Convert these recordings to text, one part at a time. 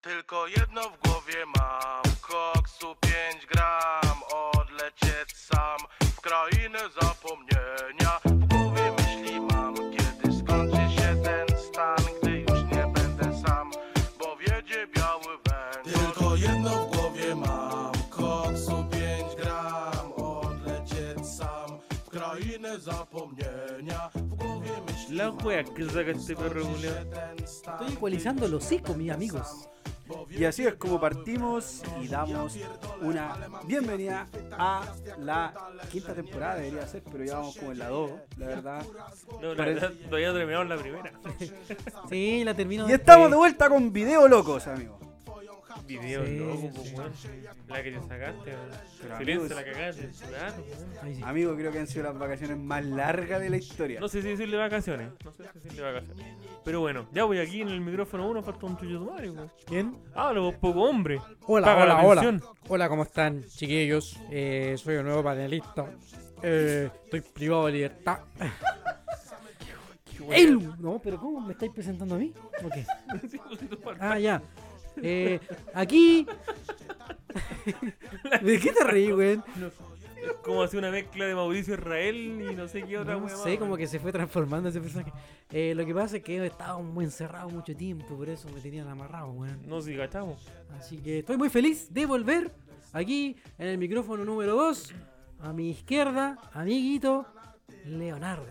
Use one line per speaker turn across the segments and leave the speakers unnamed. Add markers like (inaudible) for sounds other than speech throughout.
Tylko jedno w głowie mam Koksu 5 gram Odlecieć sam W krainę zapomnienia W głowie myśli mam Kiedy skończy się ten stan Gdy już nie będę sam Bo wiedzie biały węgiel Tylko jedno w głowie mam Koksu 5 gram Odlecieć sam W krainę zapomnienia W głowie myśli
La
mam
wea que saca este
Skończy
perro
się
culiao.
ten stan,
Estoy ecualizando los hocico, mis amigos.
Y así es como partimos y damos una bienvenida a la quinta temporada, debería ser, pero ya vamos como en la 2, la verdad.
No, la verdad, todavía no terminamos la
(laughs)
primera.
Sí, la termino.
Y estamos de vuelta con Video Locos, amigos.
Video
Sí,
loco,
sí,
po,
sí.
weón. La que te sacaste, weón.
Pero,
Silencio,
amigos-
la cagaste. Claro, weón.
Ahí sí.
Amigos, creo que han sido las vacaciones más largas de la historia.
No sé si decirle vacaciones. No sé si decirle vacaciones. Pero bueno, ya voy aquí en el micrófono uno falta un tuyo de madre, weón.
¿Bien?
Habla vos, poco hombre.
Hola,
Paga la
hola, hola.
pensión.
Hola, ¿cómo están, chiquillos? Eh, soy un nuevo panelista. Eh, estoy privado de libertad.
¡Elu! No, pero ¿cómo me estáis presentando a mí? ¿O
(laughs)
qué? Ah, ya. Eh, aquí. (laughs) ¿De qué te
(laughs)
reí, güey?
Como hace una mezcla de Mauricio Israel y no sé qué otra
No
weá
sé,
más,
como
weón.
que se fue transformando ese personaje. Eh, lo que pasa es que he estado muy encerrado mucho tiempo, por eso me tenían amarrado, weón.
No, si gastamos.
Así que estoy muy feliz de volver aquí en el micrófono número 2. A mi izquierda, amiguito, Leonardo.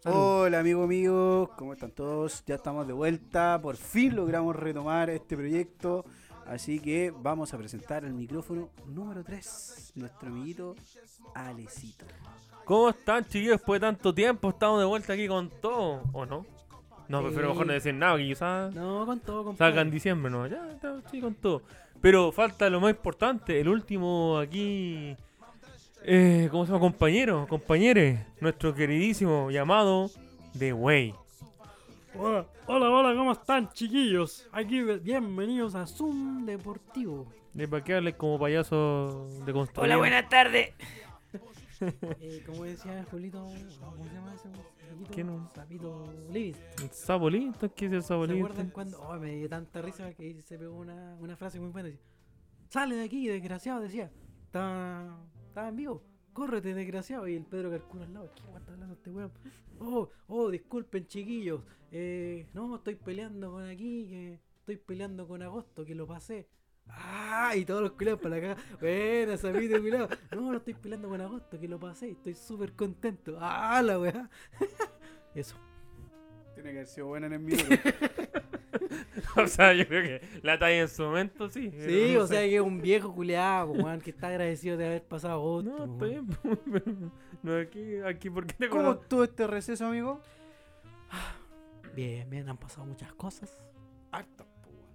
Salud.
Hola, amigo, amigos, ¿cómo están todos? Ya estamos de vuelta, por fin logramos retomar este proyecto. Así que vamos a presentar el micrófono número 3, nuestro amiguito Alecito.
¿Cómo están, chiquillos? Después de tanto tiempo, estamos de vuelta aquí con todo, ¿o no? No,
Sí.
prefiero mejor no decir nada, que quizás
No, con todo, compadre.
salga en diciembre, ¿no? Ya, está, sí, con todo. Pero falta lo más importante, el último aquí. Eh, ¿Cómo se llama? Compañero, compañeres, nuestro queridísimo llamado The Way.
Hola, hola, hola, ¿cómo están, chiquillos? Aquí, bienvenidos a Zoom Deportivo.
De para qué hables como payaso de construir.
Hola, buenas tardes.
Eh, como decía Julito, ¿cómo se llama ese? Sapito-
¿Quién, weón?
Sapito Livis.
Sabolito, ¿qué es el
¿Se
sabolito?
acuerdan cuando? Oh, me dio tanta risa que se pegó una, una frase muy buena. Decía, Sale de aquí, desgraciado, decía. Estaba estaba en vivo. Córrete, desgraciado. Y el Pedro Calcula al lado. ¿Qué weón está hablando este weón? Oh, oh, disculpen, chiquillos. Eh, no, estoy peleando con aquí. que estoy peleando con agosto, que lo pasé. ¡Ah! Y todos los culiados para acá. Buena, Samito, culiado. No, lo estoy peleando con agosto, que lo pasé. Estoy súper contento. ¡Ah, la weá! (laughs) Eso.
Tiene que haber sido buena en el minuto.
(laughs) o sea, yo creo que la talla en su momento, sí. pero
Sí,
no
o
sé.
sea que es un viejo culeado, weón, que está agradecido de haber pasado agosto.
No,
weón.
está bien. (laughs) pero- no, aquí, aquí, ¿por qué te
(laughs) ¿Cómo
acordás?
estuvo este receso, amigo?
Bien, bien, han pasado muchas cosas.
pues,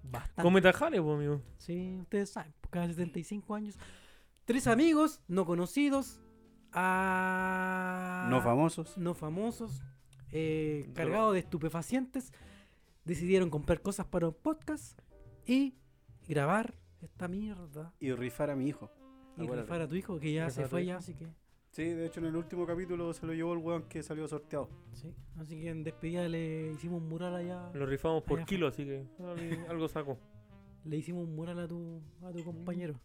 Bastante.
Come tajales, po, amigo.
Sí, ustedes saben, por cada 75 años. Tres amigos no conocidos. ah,
No famosos.
no famosos. eh,
Droga.
cargados de estupefacientes. Decidieron comprar cosas para un podcast y grabar esta mierda.
Y rifar a mi hijo.
Y
Acuérdate.
rifar a tu hijo que ya
Ah, Rifar a
se
tu
fue
hijo.
ya, así que.
Sí, de hecho en el último capítulo se lo llevó el weón que
(laughs)
salió sorteado.
Sí. Así que en despedida le hicimos un mural allá.
Lo rifamos por
Allá.
kilo, así que algo- algo saco. (laughs)
Le hicimos un mural a tu, a tu compañero.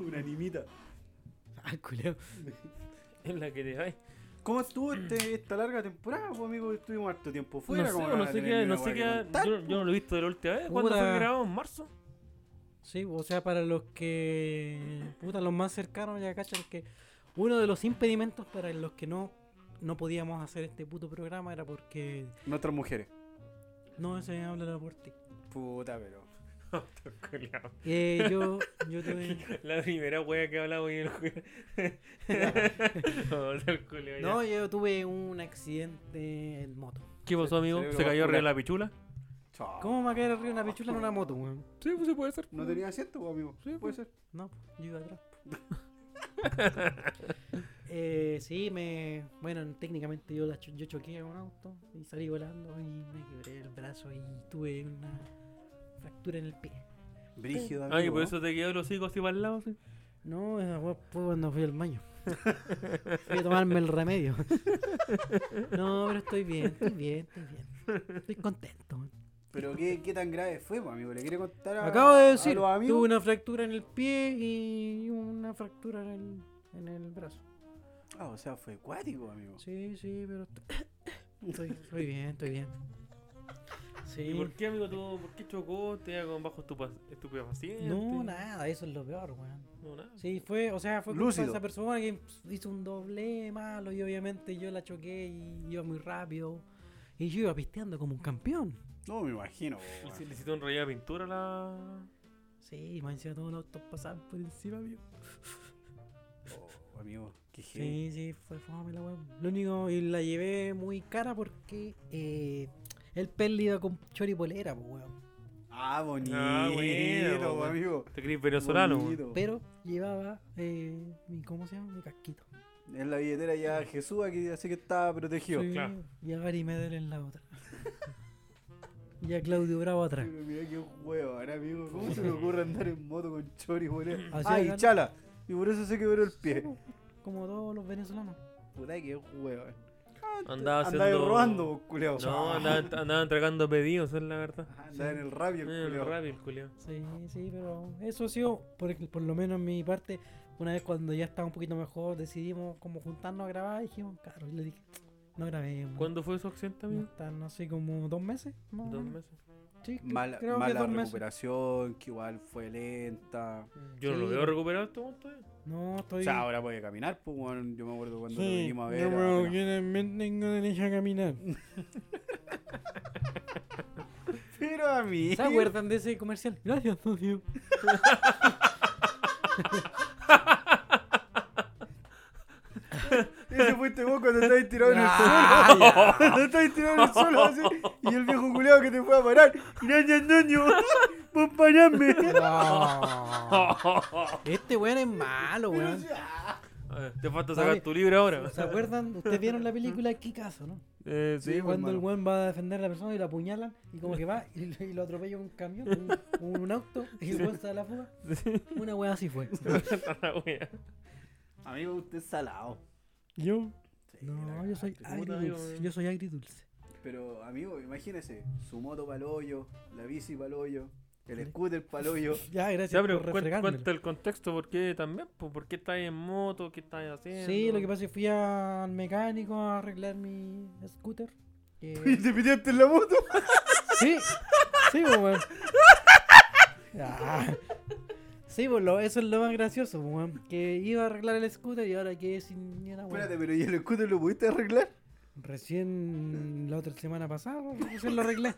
Una animita.
Ah, culeo.
Es la que te da. eh.
¿Cómo estuvo
(clears throat)
este- esta larga temporada, pues, amigo? Estuvimos harto tiempo fuera.
No sé,
¿cómo van
no
a
sé
tener ni
qué,
una
no sé
weá que
qué.
contar?
Yo, yo no lo he visto de la última vez. ¿Cuándo
Puta.
fue grabado? ¿En marzo?
Sí, o sea, para los que. Puta, los más cercanos ya cachan que uno de los impedimentos para los que no, no podíamos hacer este puto programa era porque.
Nuestras mujeres.
No, se habla por ti.
Puta, pero.
Eh,
(laughs)
yo, yo tuve.
la primera wea que he hablado hoy en el juego. No, el culiao, ya.
No, yo tuve un accidente en moto.
¿Qué pasó, amigo?
cerebro
¿Se cayó arriba
vascular.
de la pichula?
Chao.
¿Cómo me va a caer arriba una pichula en una moto, weón?
Sí, pues se puede hacer.
No tenía asiento, pues, amigo.
Sí,
puede ser.
No, pues, yo iba (laughs) atrás. eh, sí, me. Bueno, técnicamente yo, la cho- yo choqué a un auto y salí volando y me quebré el brazo y tuve una fractura en el pie.
Brígido, amigo.
Ah, y por
¿no?
eso te quedó el hocico así para el lado. así.
No, esa weá fue cuando fui al (laughs) baño. fui a tomarme el remedio. (laughs) no, pero estoy bien, estoy bien, estoy bien. Estoy contento.
Pero ¿qué, qué tan grave fue, pues, amigo? ¿Le quiere contar a,
Acabo de
a
decir,
los amigos?
tuve una fractura en el pie y una fractura en el, en el brazo.
Ah, o sea, fue acuático, amigo.
Sí, sí, pero est- (coughs) estoy, estoy bien, estoy bien.
¿Y
Sí.
por qué, amigo, tú, por qué chocó? ¿Te iba con bajo estúpido paciente?
No, nada, eso es lo peor, weón.
No, nada.
Sí, fue, o sea, fue culpa
Lúcido.
de esa persona que hizo un doble malo y obviamente yo la choqué y iba muy rápido. Y yo iba pisteando como un campeón.
No, me imagino. pues,
¿Y
weón.
si le hiciste un rayado de pintura a la.
Sí, más encima todos los autos pasaban por encima mío.
Oh, amigo, qué heavy.
Sí, sí, fue fome la weón. Lo único, y la llevé muy cara porque eh, el perl iba con choripolera, pues weón.
Ah, bonito,
Ah, bueno,
pues, amigo.
Te crees venezolano. weón.
Bonito.
Pero llevaba eh, mi, ¿cómo se llama? Mi casquito.
En la billetera ya Jesús aquí, así que estaba protegido.
Sí,
claro.
Y a Gary Medel en la otra. y a Claudio Bravo atrás.
Pero mira qué huevo, ahora amigo. ¿Cómo se le ocurre andar en moto con chori, boludo?
Así
Ay,
hagan-
chala. Y por eso se quebró el pie.
Como todos los venezolanos.
Puta que huevo.
Andaba haciendo.
Andaba robando, culeado.
No, andaba, andaba entregando pedidos, es la verdad.
Andaba en el rabio,
Eh,
el
el
culeado.
rabia, el culiao.
Sí, sí, pero eso ha sido, por, por lo menos en mi parte, una vez cuando ya estaba un poquito mejor, decidimos como juntarnos a grabar y dijimos, claro, y le dije, no grabemos.
¿Cuándo fue su accidente, amigo?
Están así como dos meses. más o
Dos
menos.
meses.
Sí, cre-
Mala,
creo que
mala
dos meses.
recuperación, que igual fue lenta.
Yo no lo
Sí.
veo recuperado este weón todavía.
No, estoy.
O sea, ahora puede caminar, pues, weón. Yo me acuerdo cuando lo
Sí,
vinimos a
no
ver. ah,
me lo
apenas-
quieren, me tengo derecho a caminar.
Pero a mí.
¿Se acuerdan de ese comercial? Gracias, socio.
Ese fuiste vos cuando estabas tirado en el
Ah,
suelo. (laughs) Cuando estabas tirado en el suelo así. Y el viejo culeado que te fue a parar. Gracias, ñoño. Vos parame. (laughs)
Este weón es malo, weón.
A ver, Te falta
¿Sabe?
sacar tu libro ahora.
¿Se acuerdan? Ustedes vieron la película ¿Qué caso, no?
Eh, sí.
Sí,
Cuando el
hermano.
weón va a defender a la persona y lo apuñalan y como que va y, lo- y lo atropella un camión, un, un auto y el weón se da la fuga. Una weá así fue.
la wea.
Amigo, usted es salado.
Yo,
Sí, la
No, yo soy
cagaste.
Puta,
agridulce.
amigo.
Yo soy agridulce.
Pero, amigo, imagínese. Su moto pa'l hoyo, la bici pa'l hoyo, el scooter pa'l (laughs) hoyo.
Ya, gracias
Ya, pero
por
cuenta,
refregármelo.
el contexto, ¿por qué también? po? ¿Por qué estás en moto? ¿Qué estás haciendo?
Sí, lo que pasa es que fui al mecánico a arreglar mi scooter. (laughs) que-
¿Y te piteaste en la moto?
Sí, sí, pues, weón. Ah. Sí, pues, lo- eso es lo más gracioso, pues, weón. Que iba a arreglar el scooter y ahora quedé sin ni una weón.
(laughs) Espérate, pero ¿y el scooter lo pudiste arreglar?
Recién la otra semana pasada, weón, recién lo arreglé.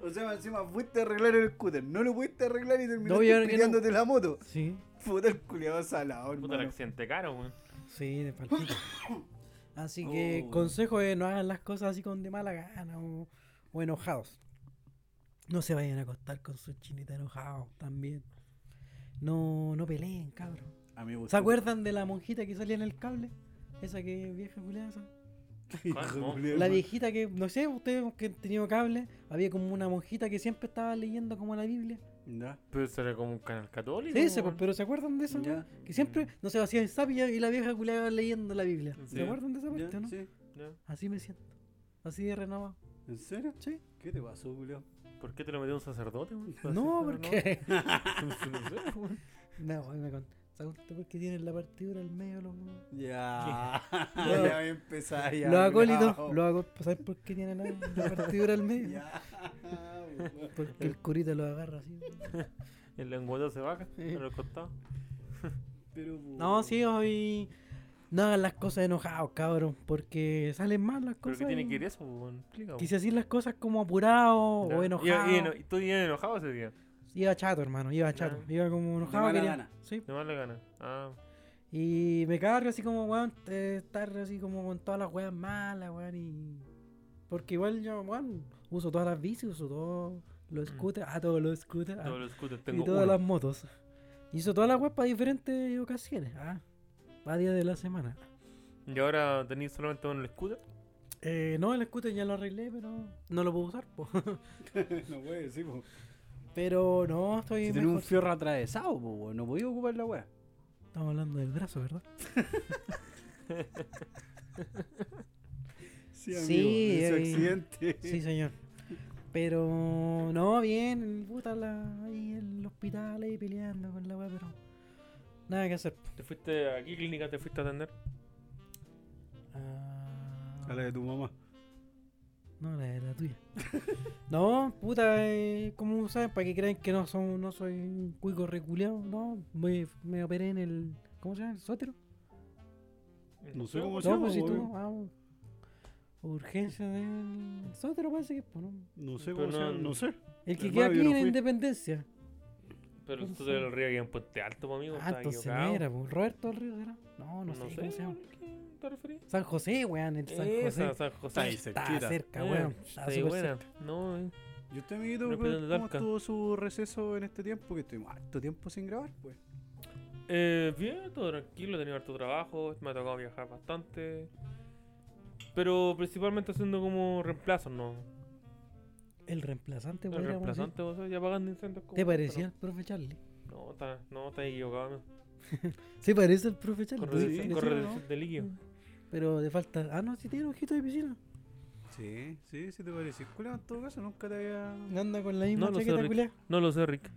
O sea, encima fuiste a arreglar el scooter. No lo pudiste arreglar y
No, yo
terminaste
creo que no.
piteándote la moto.
Sí,
Puta, el culeado salado,
Puta, el
hermano.
accidente caro, weón.
sí, de palpito. Así que
Oh.
consejo es no hagan las cosas así con de mala gana o, o enojados. No se vayan a acostar con su chinita enojados también. No, no peleen, cabrón.
Amigo,
¿Se
(laughs)
acuerdan de la monjita que salía en el cable? Esa que vieja culiada esa.
¿Cómo?
La viejita que, no sé, ustedes que han tenido cable, había como una monjita que siempre estaba leyendo como la Biblia.
Ya,
Pero eso era como un canal católico.
Sí, se-
weón.
pero ¿se acuerdan de eso?
ya,
Que siempre, no sé, hacía el sapi y la vieja culiada iba leyendo la Biblia.
Sí.
¿Se acuerdan de esa parte, o
ya,
no?
sí.
Ya.
Así me siento. Así de
(laughs)
renovado.
¿En serio? Sí. ¿Qué te pasó, culiao?
¿Por qué te lo metió un sacerdote, weón?
No,
¿Para hacer
porque. (laughs)
esa broma? No sé, weón.
No, me con. ¿Se acuerdan porque tienen la partidura al medio los.
(laughs) Ya. ya
Los-
voy a empezar ya.
Los acólitos,
culiao.
los acólitos, ¿sabes por qué tienen la, la partidura al medio?
oh. (laughs) Ya. weón.
Porque el curita los agarra así.
El lenguado se baja,
Sí.
pero el costado.
Pero, weón.
No, sí, hoy. No hagan las cosas enojados, cabrón, porque salen mal las
¿Pero
cosas.
qué tiene
y-
que ir eso, weón? Explica, weón.
Quise decir las cosas como apurado
Ya.
o
Iba-
enojado.
iba eno- ¿Tú ibas enojado ese día?
Iba chato, hermano, iba chato.
Ya.
Iba como enojado.
mala
quería-
gana.
Sí.
De mala gana. Ah,
Y me cargo así como, weón, eh, estar así como con todas las weas malas, weón. Y... Porque igual yo, weón, uso todas las bicis, uso todos los
Mm.
scooters, ah, todos los scooters, ah,
todos los scooters
y
tengo
todas
uno.
las motos. Y uso todas las weas para diferentes ocasiones, ah, para días de la semana.
¿Y ahora tenéis solamente un scooter?
Eh, no, el scooter ya lo arreglé, pero no lo puedo usar, po.
(laughs)
(laughs)
no puede, sí, po.
Pero no, estoy.
Si tenés un
mejor.
fierro atravesado, po, weón. No podía ocupar la weá.
Estamos hablando del brazo, ¿verdad?
Sí,
Sí,
de su
eh.
accidente.
Sí, señor. Pero no, bien, puta, la, ahí en el hospital, ahí peleando con la weá, pero nada que hacer. po.
¿Te fuiste a qué clínica te fuiste a atender?
Ah,
(laughs) A la de tu mamá.
No, la, la tuya. (laughs) no, puta, eh, ¿cómo saben? ¿Para que crean que no, son, no soy un cuico reculeado? No, me, me operé en el. ¿Cómo se llama? ¿El sótero?
No sé cómo se
No,
llama.
pues si
weón.
tú. Ah, urgencia del sótero, parece que es, po, pues, ¿no?
No sé
Pero
cómo se
no-
llama. No sé.
El que
Hermano,
queda
yo
aquí
no
en la
fui.
Independencia.
Pero el
¿Cómo
Soto
se-
del Río aquí en Puente Alto, pues, amigo.
Ah,
estás
entonces
equivocado.
no era, po. Roberto del Río era. No, no,
No
sé
sé,
cómo se llama.
weón, ¿qué te referís?
San José, weón, el San José.
Esa, San José.
Ahí
Está
cerquita.
cerca,
Eh,
weón.
está
Está súper
buena.
cerca.
No, eh.
¿Y usted, amiguito,
Pero
pues,
Pedro de
cómo
Talca.
estuvo su receso en este tiempo? Que estuvimos harto tiempo sin grabar, pues.
Eh, bien, todo tranquilo, he tenido harto trabajo, me ha tocado viajar bastante. Pero principalmente haciendo como reemplazos, ¿no?
El reemplazante,
El
weón.
reemplazante, o sea, ya pagando incendios. como-
¿Te
pero-
parecía el profe Charlie?
No, está, no, está equivocado, amigo.
Se parece al profe Charlie.
Corre,
sí,
corre
sí,
de,
¿no?
de líquido.
Mm. Pero de falta. Ah, no, si tiene ojito de piscina.
Sí, sí, sí te parece. ¿Cuál en todo caso? Nunca te había.
Anda con la
misma No
misma
lo sé, chaqueta
chaqueta
Rick.
culea.
No lo sé, Rick.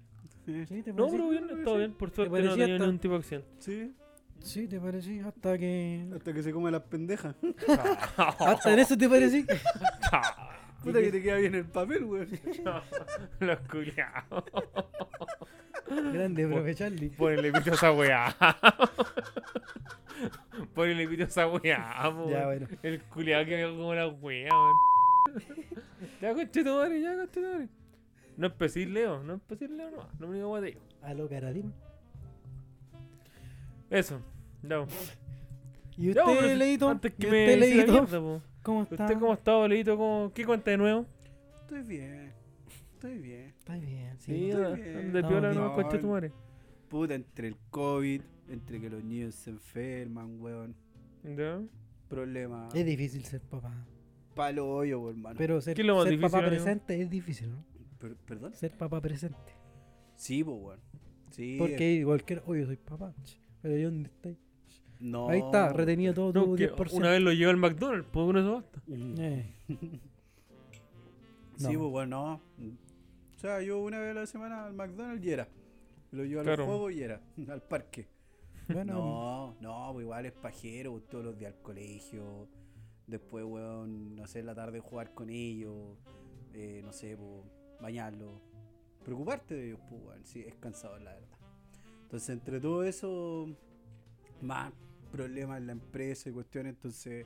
Sí, te
No,
parecí.
pero bien, todo bien. Por suerte no
parecía
tenía
hasta-
ningún tipo de acción.
(laughs)
Sí,
Sí, te parecí. Hasta que.
(laughs)
hasta que se come las (laughs) pendejas.
Hasta en eso te
(laughs)
parecí.
Puta que te queda bien el papel, güey.
Los culiados.
Grande, profe Charlie.
Ponele pito a esa weá. (laughs) Ponele pito a esa weá, po,
(laughs) Ya,
weón.
bueno.
El culiado que hago como la weá, weón. Ya, conchetumare, ya, conchetumare. No empecé, Leo. No empecé, Leo, no. No me digo weá de ello.
A lo caradim.
Eso. Ya, po.
¿Y
Ya, po, pero
usted,
si-
Leito?
Antes que
¿Y
me
usted,
hiciera
Leito?
mierda, po.
¿Cómo está?
¿Usted cómo ha estado, Leito? ¿Cómo- ¿Qué cuenta de nuevo?
Estoy bien, estoy bien.
Está bien,
Sí,
sí.
estoy
anda-
bien.
anda de
No,
piola
bien.
no, conchetumare.
Puta, entre el COVID, entre que los niños se enferman, weón.
Ya.
Problema.
Es difícil ser papá.
Palo hoyo, weón, hermano.
Eh, Pero ser,
¿Qué es lo más
ser
difícil,
papá
amigo?
presente es difícil, ¿no?
Per- ¿Perdón?
Ser papá presente.
Sí, pues, weón. Sí.
Porque igual que oh, yo soy papá. ch, Pero yo dónde estoy.
No.
Ahí está, retenido todo
No,
tu
que
10%.
una vez lo llevo al McDonald's, pues con eso basta.
Mm.
Eh,
Sí,
No.
pues, weón, no. O sea, yo una vez a la semana al McDonald's y era. Lo llevo al
Claro.
juego y era. (laughs) Al parque.
bueno,
No, no, pues igual es pajero, pues, todos los días al colegio. Después, weón, no sé, en la tarde jugar con ellos. eh, no sé, pues, bañarlos. Preocuparte de ellos, pues, weón. Sí, es cansado, la verdad. Entonces, entre todo eso, más problemas en la empresa y cuestiones, entonces,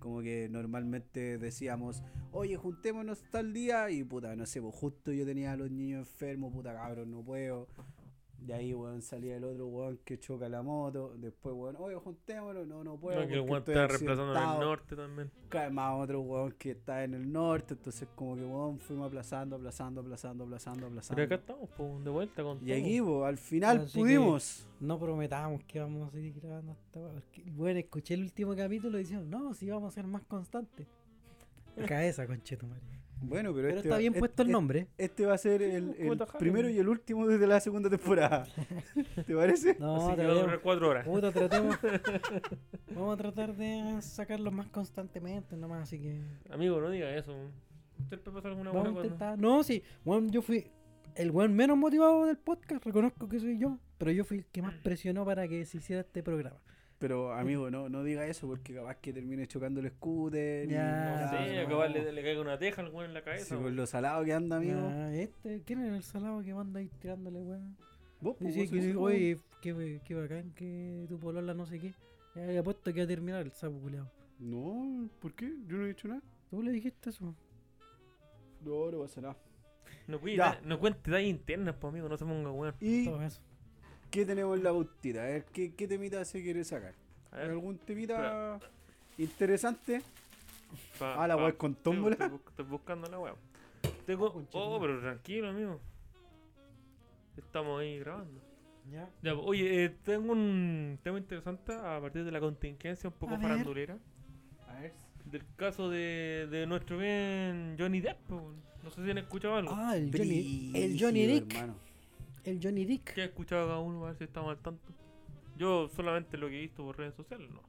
como que normalmente decíamos, oye, juntémonos tal día. Y puta, no sé, pues, justo yo tenía a los niños enfermos, puta cabrón, no puedo. De ahí, weón, salía el otro weón que choca la moto. Después, weón, oye, juntémonos. No, no puedo.
No, que el
porque
weón
estoy
está reemplazando al
accidentado.
norte también.
Cada vez más otro weón que está en el norte. Entonces, como que, weón, fuimos aplazando, aplazando, aplazando, aplazando, aplazando.
Pero acá estamos, pues, de vuelta con
y
todo.
aquí, weón, al final
Así que-
pudimos.
no prometamos que vamos a seguir grabando hasta ahora, porque, Bueno, escuché el último capítulo y decían, no, sí vamos a ser más
(laughs)
constantes. Cabeza, conchetumare.
Bueno,
Pero
pero, este
está
va-
bien
este-
puesto el
este-
nombre.
Este va a ser el,
¿cómo
el
tajarlo?
primero y el último desde la segunda (laughs) temporada. ¿Te parece?
No,
Así que va a
tratemos-
durar cuatro horas.
Puta, (laughs) tratemos. Vamos a tratar de sacarlo más constantemente, nomás, así que.
Amigo, no diga eso. weón. Siempre pasa alguna
Vamos a
hueá cuando-
intentar. No, sí, weón, yo fui el weón menos motivado del podcast, reconozco que soy yo, pero yo fui el que más presionó para que se hiciera este programa.
Pero, amigo, no, no diga eso porque capaz que termine chocando el scooter. y-
Ya,
No
Ya,
sé,
no.
capaz le, le caiga una teja al weón en la cabeza.
Si por
weón.
lo salado que anda, amigo.
Ah, este, ¿Quién era el salado que manda ahí tirándole, weón?
Vos, pues,
Dice
vos
que,
sos-
oye, qué, qué bacán que tu polola no sé qué. Ya le apuesto que va a terminar el sapo culiao.
No, ¿por qué? Yo no he dicho nada.
¿Tú le dijiste eso?
No, no pasa nada.
No, cuide-
Ya.
no cuente detalles internas, pues, amigo, no se ponga weón.
¿Y
Todo eso.
qué tenemos en la bustita? A ver, ¿qué, qué temita se quiere sacar?
A ver,
¿Algún temita interesante?
pa-
Ah, la
pa-
weá con
sí,
tómbola.
Estoy, bus- estoy buscando la weón. Tengo... Oh, pero tranquilo, amigo. Estamos ahí grabando.
Ya.
Ya, pues, oye, eh, tengo un tema interesante a partir de la contingencia un poco
A ver.
farandulera.
A ver.
Del caso de, de nuestro bien Johnny Depp. pues, weón. No sé si han escuchado algo.
Ah, el Johnny, el Johnny Dick. El Johnny Dick.
¿Qué ha escuchado cada uno? A ver si estamos al tanto. Yo solamente lo que he visto por redes sociales, no.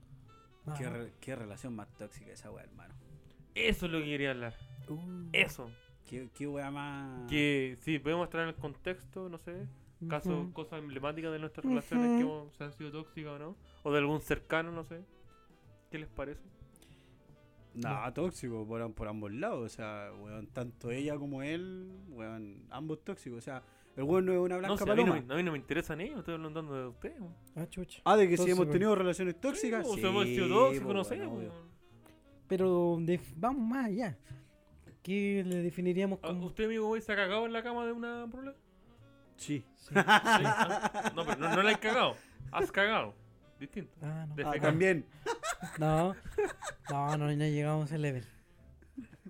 Ah,
¿Qué, re- qué relación más tóxica esa weá, hermano.
Eso es lo que quería hablar.
uh,
Eso.
¿Qué, qué weá
Ah.
más?
Que sí, podemos mostrar en el contexto, no sé, casos,
Ujú.
cosas emblemáticas de nuestras relaciones que hemos- se han sido tóxicas o no, o de algún cercano, no sé. ¿Qué les parece?
Nada, tóxico por, por ambos lados. O sea, weón, tanto ella como él, weón, ambos tóxicos. O sea, el weón no es una blanca
No, sé, a, mí no
paloma.
me, a mí no me interesan ellos, estoy hablando de ustedes. weón.
Ah, chucha.
Ah, de que si
Tóxico.
hemos tenido relaciones tóxicas.
O sea, pues, hemos sido
Sí,
tóxicos,
po,
no sé.
weón, obvio.
weón.
Pero def- vamos más allá. ¿Qué le definiríamos
Ah,
como.?
¿Usted, amigo, güey, se ha cagado en la cama de una problema?
(laughs)
ah,
Sí.
Ah,
No, pero no, no la has cagado. Has cagado. Distinto.
Ah, no.
De
Ah,
fecal.
también.
No, no, no, no llegamos a ese level.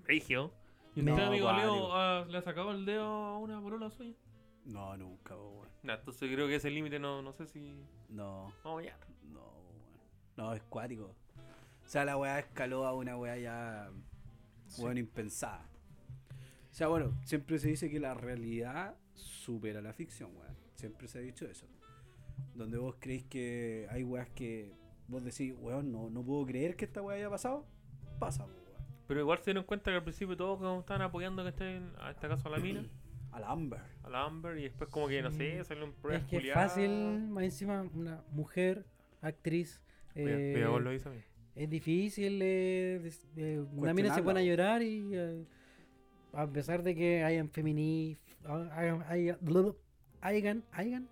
Regio. ¿Y
No,
usted, amigo
vale. pues.
Leo, ah, le ha sacado el dedo a una polola suya?
No, nunca, po, weón.
Nah, entonces creo que ese límite no, no sé si.
No,
Vamos allá.
no, po, weón. No, es cuático. O sea, la weá escaló a una weá ya, weón, impensada. O sea, bueno, siempre se dice que la realidad supera la ficción, weón. Siempre se ha dicho eso. Donde vos creéis que hay weas que vos decís, weón, no, no puedo creer que esta weá haya pasado. Pasa, po, weón.
Pero igual se dieron cuenta que al principio todos como estaban apoyando que estén, a este caso a la
(clears throat)
mina,
Al Amber.
a la Amber, y después como que no sé, salió un
Es
prueba
que es fácil, más encima, una mujer, actriz. eh,
lo hizo a (laughs) mí.
es difícil. eh, des- eh, una mina se
Cuestionarla,
pone a
po.
llorar y. eh, a pesar de que hayan feminis. Hayan. Hayan. Hayan. Hayan.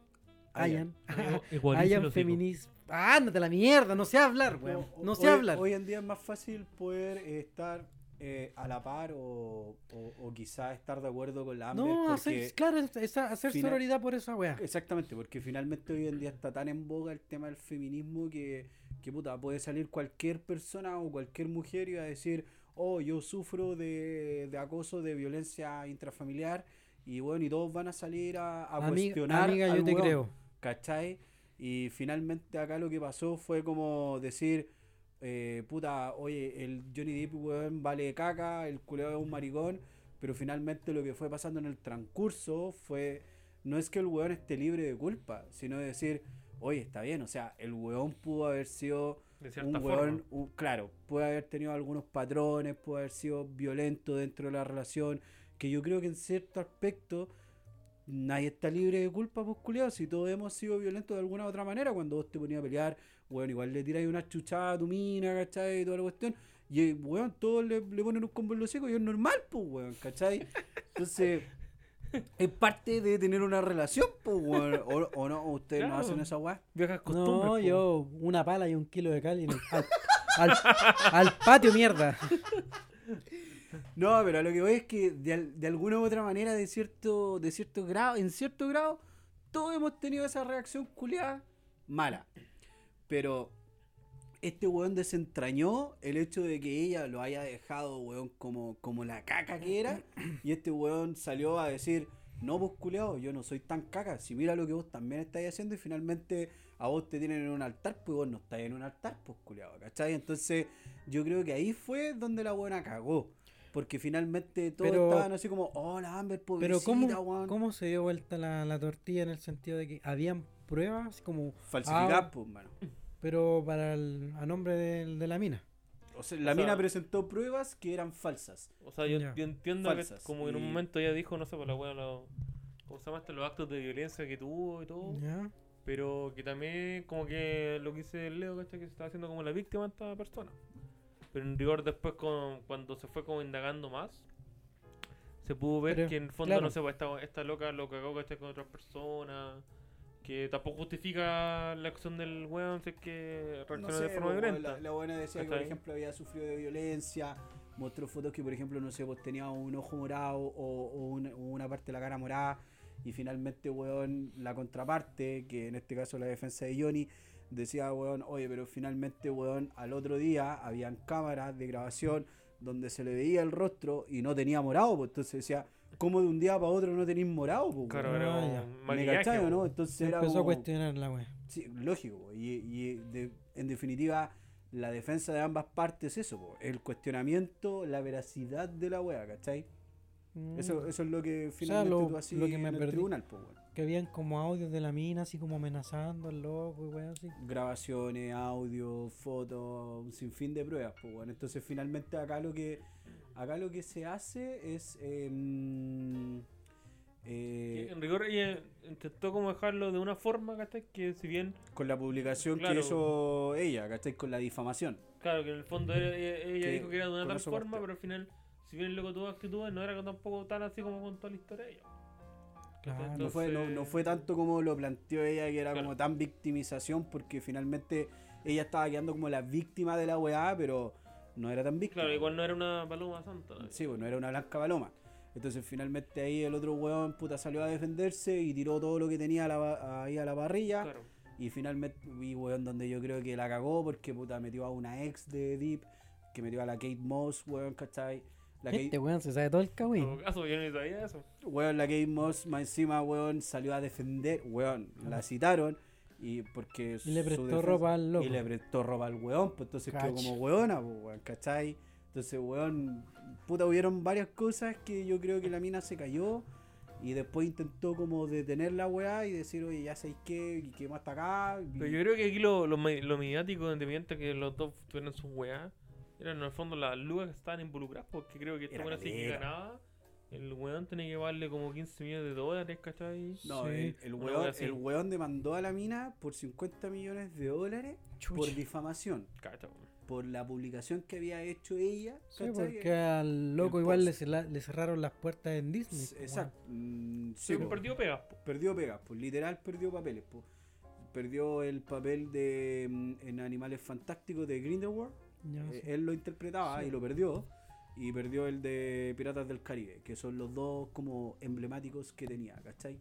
Hayan.
(laughs) hayan-
Igual
hayan feminis. Ándate a la mierda, no sé hablar, weón.
No,
No
hoy-
sé hablar.
Hoy en día es más fácil poder eh, estar eh, a la par o, o, o quizá estar de acuerdo con la Amber.
No,
porque-
hacer, claro, es- es hacer
final-
sororidad por esa weá.
Exactamente, porque finalmente hoy en día está tan en boga el tema del feminismo que, que puta, puede salir cualquier persona o cualquier mujer y va a decir, oh, yo sufro de, de acoso, de violencia intrafamiliar, y bueno, y todos van a salir a, a
Amiga,
cuestionar.
amiga
al
yo te
weón,
creo.
¿Cachai? Y finalmente acá lo que pasó fue como decir, eh, puta, oye, el Johnny Depp, weón, vale caca, el culeo es un maricón, pero finalmente lo que fue pasando en el transcurso fue, no es que el weón esté libre de culpa, sino de decir, oye, está bien, o sea, el weón pudo haber sido
De
un
cierta forma.
weón, un- claro, puede haber tenido algunos patrones, puede haber sido violento dentro de la relación, que yo creo que en cierto aspecto nadie está libre de culpa, pues culiao, si todos hemos sido violentos de alguna u otra manera, cuando vos te ponías a pelear, bueno, igual le tiráis una chuchada a tu mina, ¿cachai? Y toda la cuestión, y eh, weón, todos le, le ponen un combo en los secos y es normal, pues weón, ¿cachai?
(laughs)
Entonces... Es parte de tener una relación, pues, weón. O, o no, ustedes no
Claro.
hacen esa weá.
Viejas costumbres.
No,
po.
yo una pala y un kilo de cal y no- al, al- al patio mierda.
No, pero a lo que voy es que de, al- de alguna u otra manera, de cierto, de cierto grado, en cierto grado, todos hemos tenido esa reacción culiada mala. Pero este weón desentrañó el hecho de que ella lo haya dejado, weón, como, como la caca que era. Y este weón salió a decir, no, pues culiao, yo no soy tan caca. Si mira lo que vos también estáis haciendo y finalmente a vos te tienen en un altar, pues vos no estáis en un altar, pues culiao, ¿cachai? Entonces yo creo que ahí fue donde la buena cagó. Porque finalmente todos
Pero-
estaban así como, oh, la Amber, (laughs) pobrecita,
Pero ¿cómo,
weón.
cómo se dio vuelta la, la tortilla en el sentido de que habían pruebas como,
Falsificar,
Ah.
pues, mano.
pero para el, a nombre del- de, la mina?
O sea, la
O sea-
mina presentó pruebas que eran falsas.
O sea, yo,
Ya.
yo entiendo
Falsas,
que como en un
y-
momento ella dijo, no sé, por la wea, lo, ¿cómo se llama esto? Los actos de violencia que tuvo y todo.
¿Ya?
Pero que también, como que lo que dice el Leo, ¿cachai? Que se estaba haciendo como la víctima de esta persona. Pero en rigor, después, con- cuando se fue como indagando más, se pudo ver
Pero,
que en el fondo,
claro.
no sé, pues, esta, esta loca lo cagó, ¿cachai? Con otras personas. Que tampoco justifica la acción del weón, si es que reacciona
No sé,
de forma
pues,
violenta.
La, la buena decía que, por
¿Cachai?
ejemplo, había sufrido de violencia. Mostró fotos que, por ejemplo, no sé, pues tenía un ojo morado o, o una, o una parte de la cara morada. Y finalmente, weón, la contraparte, que en este caso la defensa de Johnny, decía, weón, oye, pero finalmente, weón, al otro día habían cámaras de grabación donde se le veía el rostro y no tenía morado. Pues entonces decía, ¿cómo de un día para otro no tenéis morado? Pues,
Claro,
Ah,
weón?
era como
ya.
un
¿Me
maquillaje,
cachai o
po.
no? Entonces
Se
era
empezó a
como-
cuestionar la wea.
Sí, lógico, po, y, y de- en definitiva la defensa de ambas partes es eso, po, el cuestionamiento, la veracidad de la wea, ¿cachai?
Mm,
Eso, eso es lo que finalmente
lo-
tú haces
lo que me
en el
perdí.
tribunal, po, weón.
Que habían como audios de la mina, así como amenazando al loco y wea así.
grabaciones, audio, fotos, un sinfín de pruebas, pues bueno. Entonces finalmente acá lo que Acá lo que se hace es. em, eh,
Que En rigor ella intentó como dejarlo de una forma, ¿cachai? Que si bien,
con la publicación
Claro.
que hizo ella, ¿cachai? Con la difamación.
claro, que en el fondo era- ella, ella
Que
dijo que era de una
por
tal
eso
forma,
partió.
pero al final, si bien luego tuvo actitudes, no era tampoco tan así como con toda la historia de ella.
Claro.
No fue, no, no fue tanto como lo planteó ella, que era
Claro.
como tan victimización, porque finalmente ella estaba quedando como la víctima de la weá, pero no era tan víctima.
Claro, igual no era una paloma santa. ¿no?
Sí, bueno, era una blanca paloma. Entonces finalmente ahí el otro weón puta salió a defenderse y tiró todo lo que tenía a la ba- ahí a la parrilla.
Claro.
Y finalmente vi weón donde yo creo que la cagó porque puta metió a una ex de Deep, que metió a la Kate Moss, weón, ¿cachai? La Kate,
Este weón se sabe todo el
En
cagüín.
todo caso, yo no sabía eso.
weón, la Kate Moss, más encima, weón, salió a defender, weón, la citaron y porque
Ah. Y le
su
prestó
defensa-
ropa al loco.
y le prestó ropa al weón, pues entonces quedó
Cacha.
como weona, pues, weón, ¿cachai? Entonces, weón, puta, hubieron varias cosas que yo creo que la mina se cayó y después intentó como detener la weá y decir, oye, ya sabéis qué, y qué más hasta acá. y-
Pero yo creo que aquí lo, lo, mi- lo mediático, independiente que los dos tuvieran sus weá, eran en el fondo las lucas que estaban involucradas, porque creo que esta
Era
weá sí que
caleta.
ganaba. El weón tenía que darle como 15 millones de dólares, ¿cachai?
No,
Sí.
el, el
Una
weón,
wea así.
el weón demandó a la mina por 50 millones de dólares por
Chucha.
difamación,
Cacha, weón.
por la publicación que había hecho ella.
Sí,
¿cachai?
porque al loco
el
igual le,
post.
cerla- le cerraron las puertas en Disney.
S-
po,
Exacto. mm, sí,
Sí,
po. perdió.
partido pegas, po.
pegas, pues literal perdió papeles. po. Perdió el papel de mm, en Animales Fantásticos de Grindelwald.
weón. Ya,
eh,
Ah, sí.
él lo interpretaba
Sí.
y lo perdió. Y perdió el de Piratas del Caribe, que son los dos como emblemáticos que tenía, ¿cachai?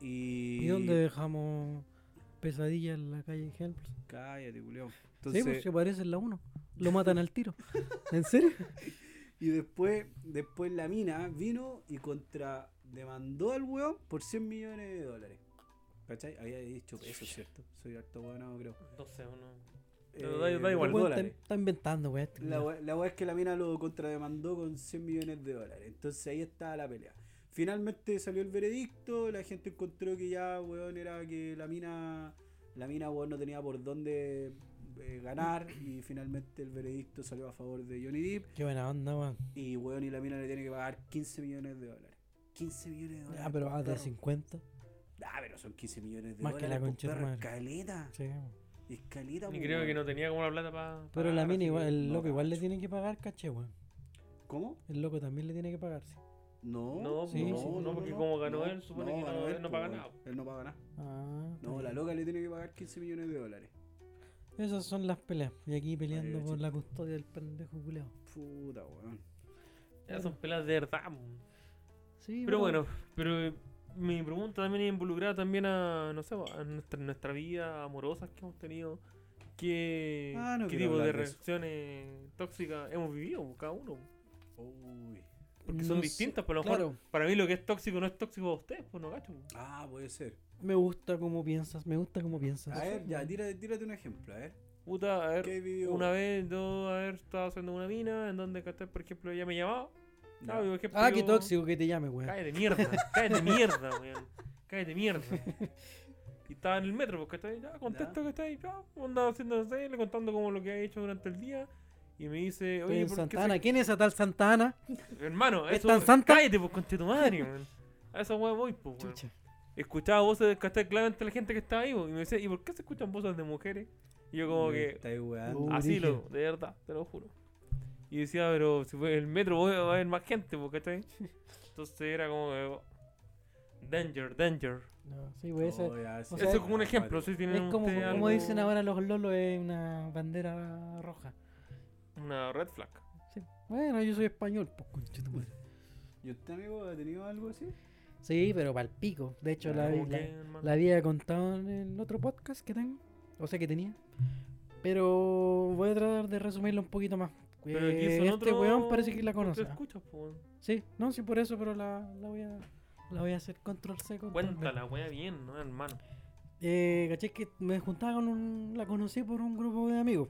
Y...
¿Y dónde dejamos pesadilla en la calle Helms?
Cállate, culiao.
Sí, pues se parece en la 1. Lo matan al
(laughs)
tiro. ¿En serio? pues.
Y después, después la mina vino y contra demandó al weón por 100 millones de dólares. ¿Cachai? Había dicho pesos, ¿cierto? Soy harto weón, creo.
No sé, uno.
Eh,
da- da igual.
El
por
weón está,
dólares.
está inventando, weón. este
La
weón.
we- la weá es que la mina lo contrademandó con 100 millones de dólares. Entonces ahí estaba la pelea. Finalmente salió el veredicto, la gente encontró que ya, weón, era que la mina, la mina, weón, no tenía por dónde eh,
(coughs)
ganar y finalmente el veredicto salió a favor de Johnny Depp
Qué buena onda, weón.
y, weón, y la mina le tiene que pagar 15 millones de dólares. 15 millones de dólares.
Ah, pero
por
ah, de
perro.
50.
Ah, pero son 15 millones de
Más que
dólares.
la
por
concha de
perro,
tu
es
madre.
caleta.
Sí, weón.
Es caleta,
Y
po,
creo que
pues, weón.
no tenía como la plata para.
Pero la mina, igual, el
Ah, no
loco igual le
cacho.
tiene que pagar, caché, weón.
¿Cómo?
El loco también le tiene que pagar, sí.
No,
No,
Sí, sí, no,
porque como ganó él, supone que no- él no
po,
paga
weón.
nada. Mm.
Él no paga nada.
Ah, está
No, la
bien.
loca le tiene que pagar 15 millones de dólares.
Esas son las peleas. Y aquí peleando
Ahí,
por
sí.
la custodia del pendejo culeado.
Puta, weón.
Esas son pelas de verdad, mo.
Sí,
Pero bueno, pero eh, mi pregunta también es involucrada también a, no sé, a nuestra, nuestra vida amorosa que hemos tenido. ¿Qué,
Ah, no
qué
quiero
tipo de
hablar de eso.
reacciones tóxicas hemos vivido cada uno?
Uy.
Porque son
No sé,
distintas, por lo mejor.
Claro,
Para mí lo que es tóxico no es tóxico para ustedes, pues no gacho.
Ah, puede ser.
me gusta cómo piensas, me gusta cómo piensas.
A ver, ya, tírate, tírate un ejemplo, a ver.
Puta, a ver,
¿Qué video?
una vez yo, a ver, estaba haciendo una mina en donde, ¿cachai? por ejemplo, ella me llamaba.
Ya.
Ah, por ejemplo,
Ah, qué
yo-
tóxico que te llame, weón.
Cállate mierda, cállate mierda, weón. Cállate mierda. Y estaba en el metro, porque está ahí, ya, contesto que está ahí, ya, pues, andaba haciendo no sé, le contando como lo que ha hecho durante el día. Y me dice,
Estoy
oye,
en
¿por
Santana. ¿Quién es esa tal Santana?
qué se... hermano,
¿Es
eso,
tan santa?
cállate, pues, conche tu madre, weón. A esa weón voy, pues, weón.
Chucha.
Escuchaba voces de Castel claramente la gente que estaba ahí, weón. Y me decía, ¿y por qué se escuchan voces de mujeres? Y yo
Mm.
como
Me
que,
estáis weando.
Uh.
así,
brígido.
lo, de verdad, te lo juro. Y decía, pero si fue el metro voy a haber más gente, pues,
(laughs)
¿cachai? Entonces era como que, oh, Danger, danger.
No, sí, weón. esa-
Oh, ya, sí,
o sea,
Eso
ya,
es como un ejemplo,
acuático.
si tienen
Es como,
ustedes
como
algo-
dicen ahora los lolos, es una bandera roja.
Una red flag.
Sí. Bueno, yo soy español, pues conchetumare.
¿Y usted, amigo, ha tenido algo así?
Sí, pero pa'l pico. De hecho, la,
Mm. Como
la,
que, hermano,
la había contado en el otro podcast que tengo. O sea, que tenía. Pero voy a tratar de resumirlo un poquito más.
Pero aquí son
Eh, este
otros-
weón parece que la
otros
conoce. ¿ah?
escuchas, po, weón.
Sí, no, sí, por eso, pero la, la voy a la voy a hacer control C. Control V.
Cuéntala, wea bien, ¿no, hermano?
Eh, caché que me juntaba con un. La conocí por un grupo de amigos.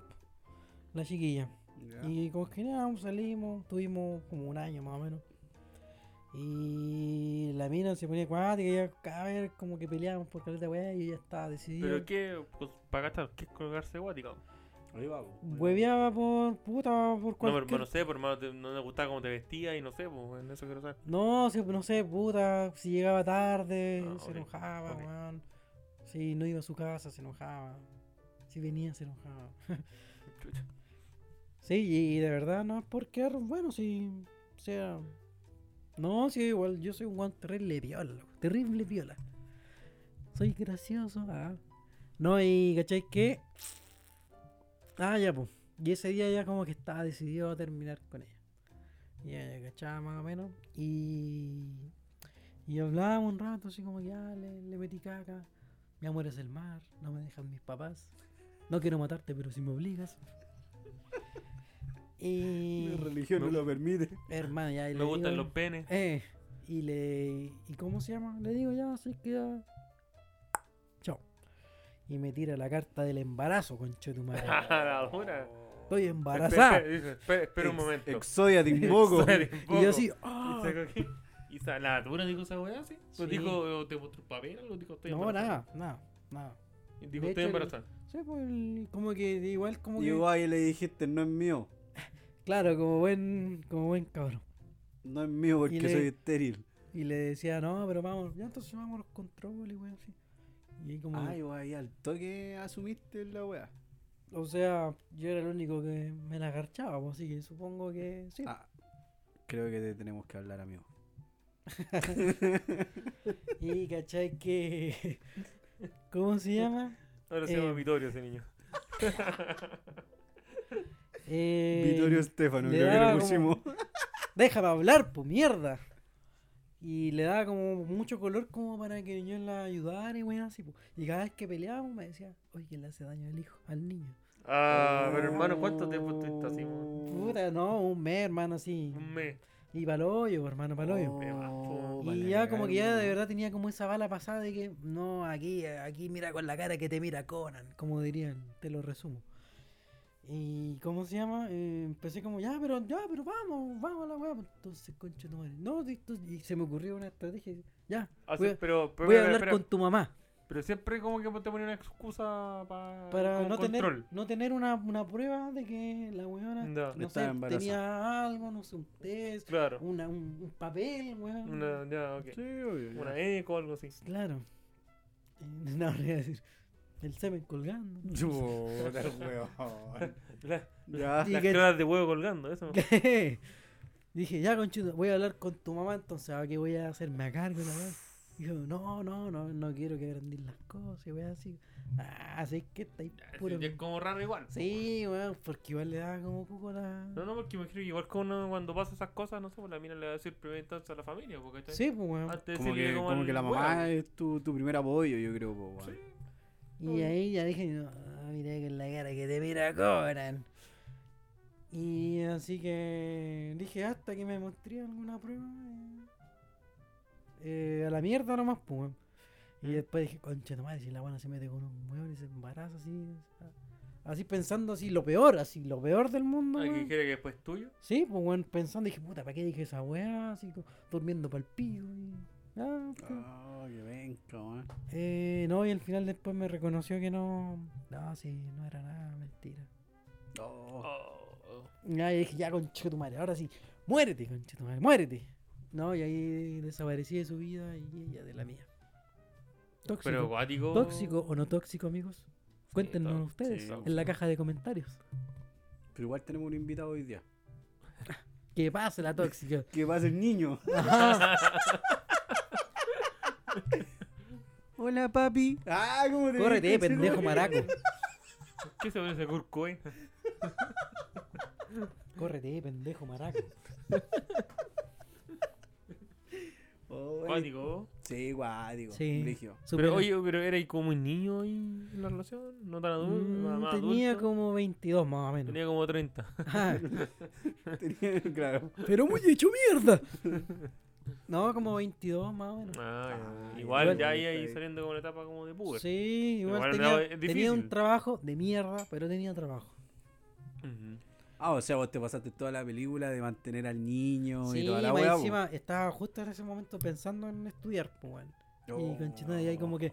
La chiquilla.
Ya.
Y congeniamos, salimos, tuvimos como un año más o menos. Y la mina se ponía cuática y ya cada vez como que peleábamos por caleta de weá y ella estaba decidida.
Pero qué, pues, para gastar, qué es colgarse guática.
O Ahí va, po.
Hueveaba por puta, por
No, pero
cualquier...
no sé, por hermano, te- no le gustaba cómo te vestía y no sé, pues, en eso quiero saber.
No, si- no sé, puta, si llegaba tarde,
Ah,
se
ok,
enojaba,
ok.
weón. Si no iba a su casa, se enojaba. Si venía, se enojaba. (laughs)
Chucha.
Sí, y, y de verdad, no, porque, bueno, si, o sea... No, sí, igual, yo soy un weón terrible viola, loco, terrible viola. Soy gracioso, ah. No, y, ¿cachai qué? Ah, ya, pues. Y ese día ya como que estaba decidido a terminar con ella. Ya, ya cachaba más o menos. Y. Y hablábamos un rato, así como que ya le, le metí caca. Mi amor es el mar, no me dejan mis papás. No quiero matarte, pero si me obligas.
Mi
y.
religión no
Me-
lo permite.
Hermano, ya. y
Me
le
gustan
digo-
los penes. (laughs)
eh, y le. ¿Y cómo se llama? Le digo ya, así que ya. Chao. Y me tira la carta del embarazo, concho tu madre.
la dura.
Estoy
Espera,
embarazada.
dice, espera, espera un
Ex-
momento. (laughs)
Exodia Timboco.
Y yo así, "Ah".
Y sacó aquí- Y sa- la dura dijo esa weá, sí. ¿Lo
Sí.
dijo, eh, te mostró papel? ¿Lo dijo, estoy
No,
embarazada"?
nada, nada, nada.
Y Dijo, estoy
De hecho, el-
embarazada.
Sí, pues el- como que igual como
Y
que.
vos ahí le dijiste, no es mío.
Claro, como buen, como buen cabrón.
No es mío porque
Y le-
soy estéril.
Y le decía, no, pero vamos, ya entonces vamos a los controles, weón, así. Y ahí como.
Ay, vos ahí al toque asumiste la weá.
o sea, yo era el único que me la garchaba, pues, así que supongo que sí.
Ah, creo que te tenemos que hablar, amigo.
Y cachai que. (laughs) ¿Cómo se llama?
Ahora se
Eh,
llama Vitorio ese niño.
Eh,
Vittorio Stefano,
le
creo que
daba
le
como-
pusimos.
Déjame hablar, po, mierda. Y le daba como mucho color como para que yo la ayudara y bueno, así, po. Y cada vez que peleábamos me decía, oye, que le hace daño al hijo, al niño.
Ah, pero hermano, ¿cuánto tiempo estuviste así? weón?
Puta, no, un mes, hermano, así.
Un mes.
Y pa'loyo, po, hermano, pa'loyo.
Me
Oh,
bajó.
Y ya como que ya de verdad tenía como esa bala pasada de que no, aquí, aquí mira con la cara que te mira Conan, como dirían, te lo resumo. Y cómo se llama, Eh, empecé como, ya, pero, ya, pero vamos, vamos a la weá. Entonces, concha de tu madre. No, di- tu- y se me ocurrió una estrategia. Ya,
Ah, sí,
voy, a-
pero, pero,
voy a
espera,
hablar
espera.
con tu mamá
pero siempre como que te ponía una excusa pa-
para
como
no
control.
tener, no tener una, una prueba de que la weona
Ya,
no
Estaba
sé,
embarazada.
tenía algo, no sé, un test,
claro.
una, un, un papel, weón.
Una, ya, ok.
Sí, obvio. ya. (laughs)
Una eco o algo así.
Claro. (laughs) Eh, No, le iba a decir. El semen colgando.
Chuta, el weón.
La-
Ya.
Y
las
que-
claras de huevo colgando,
(laughs)
eso.
(laughs) Dije, ya conchudo, voy a hablar con tu mamá entonces, ¿a qué voy a hacerme a cargo? La
(sighs)
weá?". Dijo, no, no, no, no quiero que agrandís las cosas, y weá así. Ah, así que está ahí puro.
Sí, Es como raro igual.
Sí, weón, porque igual le daba como cuco la.
No, no, porque me imagino que igual que uno cuando pasa esas cosas, no sé, pues la mina le va a decir primero entonces a la familia, porque está
Sí, pues weón.
antes de
Como
decirle
que,
como
como
al
que la
huevo.
mamá es tu, tu primer apoyo, yo creo, po, weón.
Y ahí ya dije, no, ah, mira que la cara que te mira cobran. Y así que dije, hasta que me mostré alguna prueba. eh, eh, a la mierda nomás, pues. weón. Y
Mm.
después dije, concha tu madre, si la buena se mete con un hueón y se embaraza así. a- Así pensando así, lo peor, así, lo peor del mundo.
Ah, que
weón.
quiere que después tuyo.
Sí, pues bueno, pensando, dije, puta, ¿para qué dije esa weá? Así, co- durmiendo pa'l pico. Y... ah, pues.
Ah, que venga, weón.
Eh, no, y al final después me reconoció que no. No, sí, no era nada, mentira.
No.
Oh.
Ya, y dije, ya, conche tu madre, ahora sí, muérete, conche tu madre, muérete. No, y ahí desaparecí de su vida y ella de la mía. Tóxico.
Pero acuático.
¿Tóxico o no tóxico, amigos? Cuéntenos
tó-
ustedes
sí,
en la
tóxico.
caja de comentarios.
Pero igual tenemos un invitado hoy día.
Que pase la tóxica.
Que va a ser niño. (laughs) Hola, papi. Ah, ¿cómo te
Córrete,
viste,
pendejo
chico?
maraco.
(laughs)
¿Qué se parece a Kurt Cobain?
Córrete, pendejo maraco.
Oh, el-
Acuático.
Sí, guático.
Sí.
brígido. (laughs)
Pero
Supera-
oye, pero era como un niño ahí en la relación, no tan adulto.
Mm,
más
tenía
adulto.
como 22 más o menos.
Tenía como 30.
Ah.
(laughs)
Tenía- claro.
Pero muy hecho mierda. No, como 22 más o menos.
Ah,
Ah,
igual
igual,
ya ahí,
está
ahí
bien.
saliendo con la etapa como de puber.
Sí, igual
Igual
tenía,
no, es
tenía un
difícil.
trabajo de mierda, pero tenía trabajo.
Ujú.
Ah, o sea, vos te pasaste toda la película de mantener al niño y
Sí,
toda la
más
weá. po.
encima estaba justo en ese momento pensando en estudiar, pues, weón. Y
Oh.
con y ahí como que,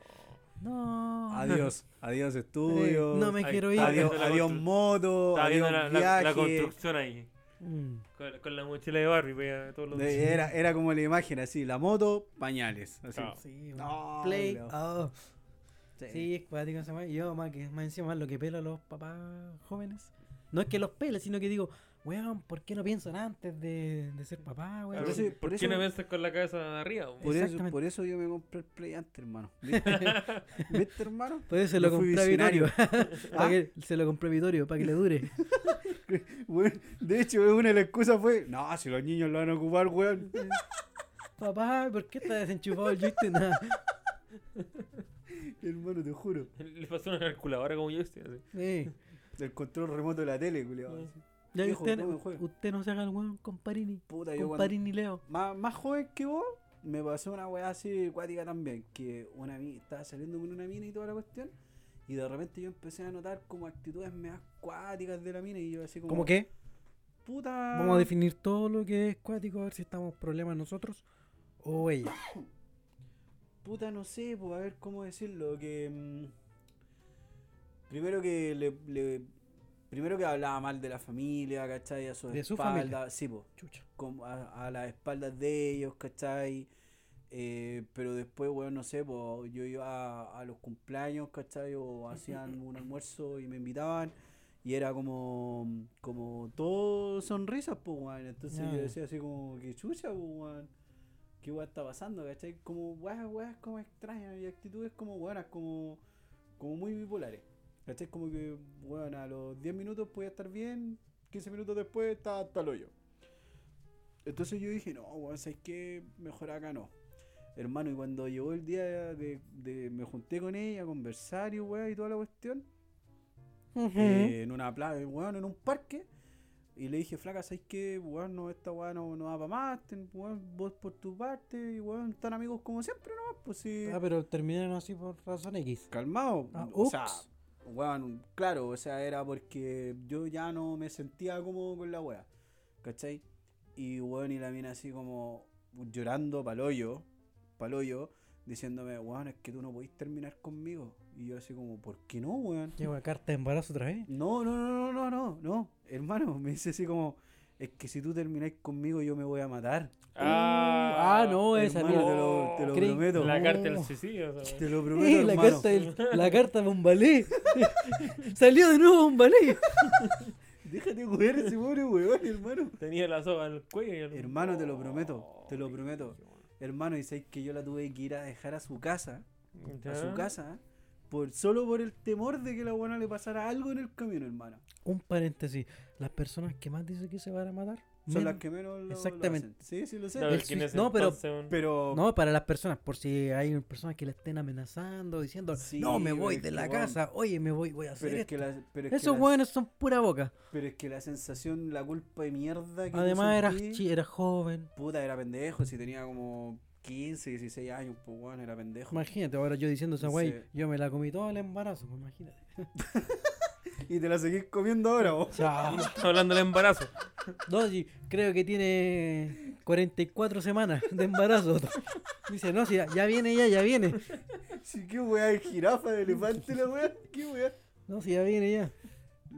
No. (laughs)
Adiós, adiós estudio.
No me
Ahí
quiero ir.
está
Adiós,
viendo la
adiós
constru-
moto,
Estaba viendo
adiós
la, la-
viaje.
la construcción ahí.
Mm.
Con, con la mochila de Barbie, veía todos los
De- Era, era como la imagen, así, la moto, pañales. Así.
Claro.
Sí,
No,
Play.
no.
Oh.
Sí.
Sí, es cuático esa weá. Y Yo, más, que, más encima, más lo que pelo a los papás jóvenes. No es que los pele, sino que digo, weón, ¿por qué no piensan antes de, de ser papá, weón?
Claro,
Entonces,
¿Por
por
qué
eso-
no piensas con la cabeza arriba? po?
Por, eso,
Exactamente.
por eso yo me compré el Play
(laughs)
antes, hermano. ¿Viste, ¿Viste, hermano?
Por eso se
Yo
lo
fui
compré a Vitorio.
(laughs)
(laughs)
Ah.
Para que- se lo compré a Vitorio, para que le
(laughs)
dure.
Weón, de hecho, weón, una de las excusas fue, no, si los niños lo van a ocupar, weón.
Papá, ¿por qué está desenchufado el joystick? Nada.
hermano, te juro.
(laughs) Le pasó una calculadora como yo estoy así.
Eh,
El control remoto de la tele, culiao. así.
ya que
Hijo,
usted,
no me juegue.
usted no se haga el weón con Parini.
Puta, yo
Con
cuando,
Parini Leo.
más, más joven que vos, me pasó una weá así acuática también, que una mi- estaba saliendo con una mina y toda la cuestión, y de repente yo empecé a notar como actitudes medio acuáticas de la mina y yo así como... Ah.
¿Cómo qué?
Puta...
Vamos a definir todo lo que es cuático, a ver si estamos problemas nosotros o ella.
Puta, no sé, pues a ver cómo decirlo, que... mm, primero que le... le- primero que hablaba mal de la familia, ¿cachai? A su
De su
espalda,
familia.
Sí, pues.
Chucha.
como a, a las espaldas de ellos, ¿cachai? Eh, pero después, bueno, no sé, pues yo iba a, a los cumpleaños, ¿cachai? O hacían un almuerzo y me invitaban. Y era como, como todo sonrisas, pues, weón. Entonces
Ya,
yo
ya.
decía así como, que chucha, pues, weón. ¿Qué weón está pasando, cachai? Como weas, weas como extrañas y actitudes como buenas, como, como muy bipolares. ¿Cachai? Como que, bueno, a los 10 minutos podía estar bien, 15 minutos después está hasta el hoyo. Entonces yo dije, no, weón, ¿sabes qué? Mejor acá no. Hermano, y cuando llegó el día de, de- me junté con ella a conversar y weón, y toda la cuestión, eh, en una plaza, weón, en un parque, y le dije, flaca, ¿sabes qué? Weón, no, esta weón no, no va para más, ten- weón, vos por tu parte, y weón, tan amigos como siempre, no, pues sí.
Ah, pero terminaron así por razón X.
Calmado,
Ah,
o sea,
ups.
weón, claro, o sea, era porque yo ya no me sentía cómodo con la wea, ¿cachai? Y weón, y la mina así como llorando paloyo, paloyo, diciéndome, weón, es que tú no podís terminar conmigo. Y yo así como, ¿por qué no, weón?
Llevo la carta de embarazo otra vez.
No, no, no, no, no, no, no, hermano, me dice así como, es que si tú terminás conmigo yo me voy a matar.
ah, no, esa
Hermano,
mierda.
te lo, te lo
Creí-
prometo.
La
No.
carta
(laughs)
del suicidio. esa weá.
Te lo prometo,
Eh, (laughs) la,
hermano.
carta del- la carta de Bombalé. (laughs) Salió de nuevo Bombalé.
Déjate joder ese pobre weón, hermano.
Tenía la soga en el cuello. y el-
Hermano, te lo prometo, te lo
Oh,
prometo.
qué
Hermano, y sabes que yo la tuve que ir a dejar a su casa,
bueno.
a
Ya.
su casa, por, solo por el temor de que la buena le pasara algo en el camino, hermano.
Un paréntesis. Las personas que más dicen que se van a matar.
Son
menos-
las que menos lo- lo
Exactamente.
hacen. Sí, sí, lo sé.
Claro,
El
¿quién
suic-
es
no, pero-
entonces, weón? (laughs)
Pero.
No, para las personas, por si hay personas que la estén amenazando, diciendo,
Sí,
no, me
pero
voy
es
de
que,
la
weón,
casa, oye, me voy, voy a hacer
Pero es,
esto.
que la, pero, es que
Esos
la-
hueones son pura boca.
pero es que la sensación, la culpa de mierda que tú
Además, eras,
sentí-
chi- eras joven.
Puta, era pendejo, si tenía como 15, 16 años, pues bueno, era pendejo.
Imagínate, ahora yo diciendo esa wey,
Sí.
yo me la comí todo el embarazo, pues, imagínate.
(laughs) Y te la seguís comiendo ahora, vos. (laughs)
Chao.
Estamos hablando del
(laughs)
embarazo.
No, sí, creo que tiene 44 semanas de embarazo. (laughs) Dice, no, si ya, ya viene, ya, ya viene.
Sí, qué weá de jirafa, de elefante, la weá, qué weá.
No, si ya viene, ya.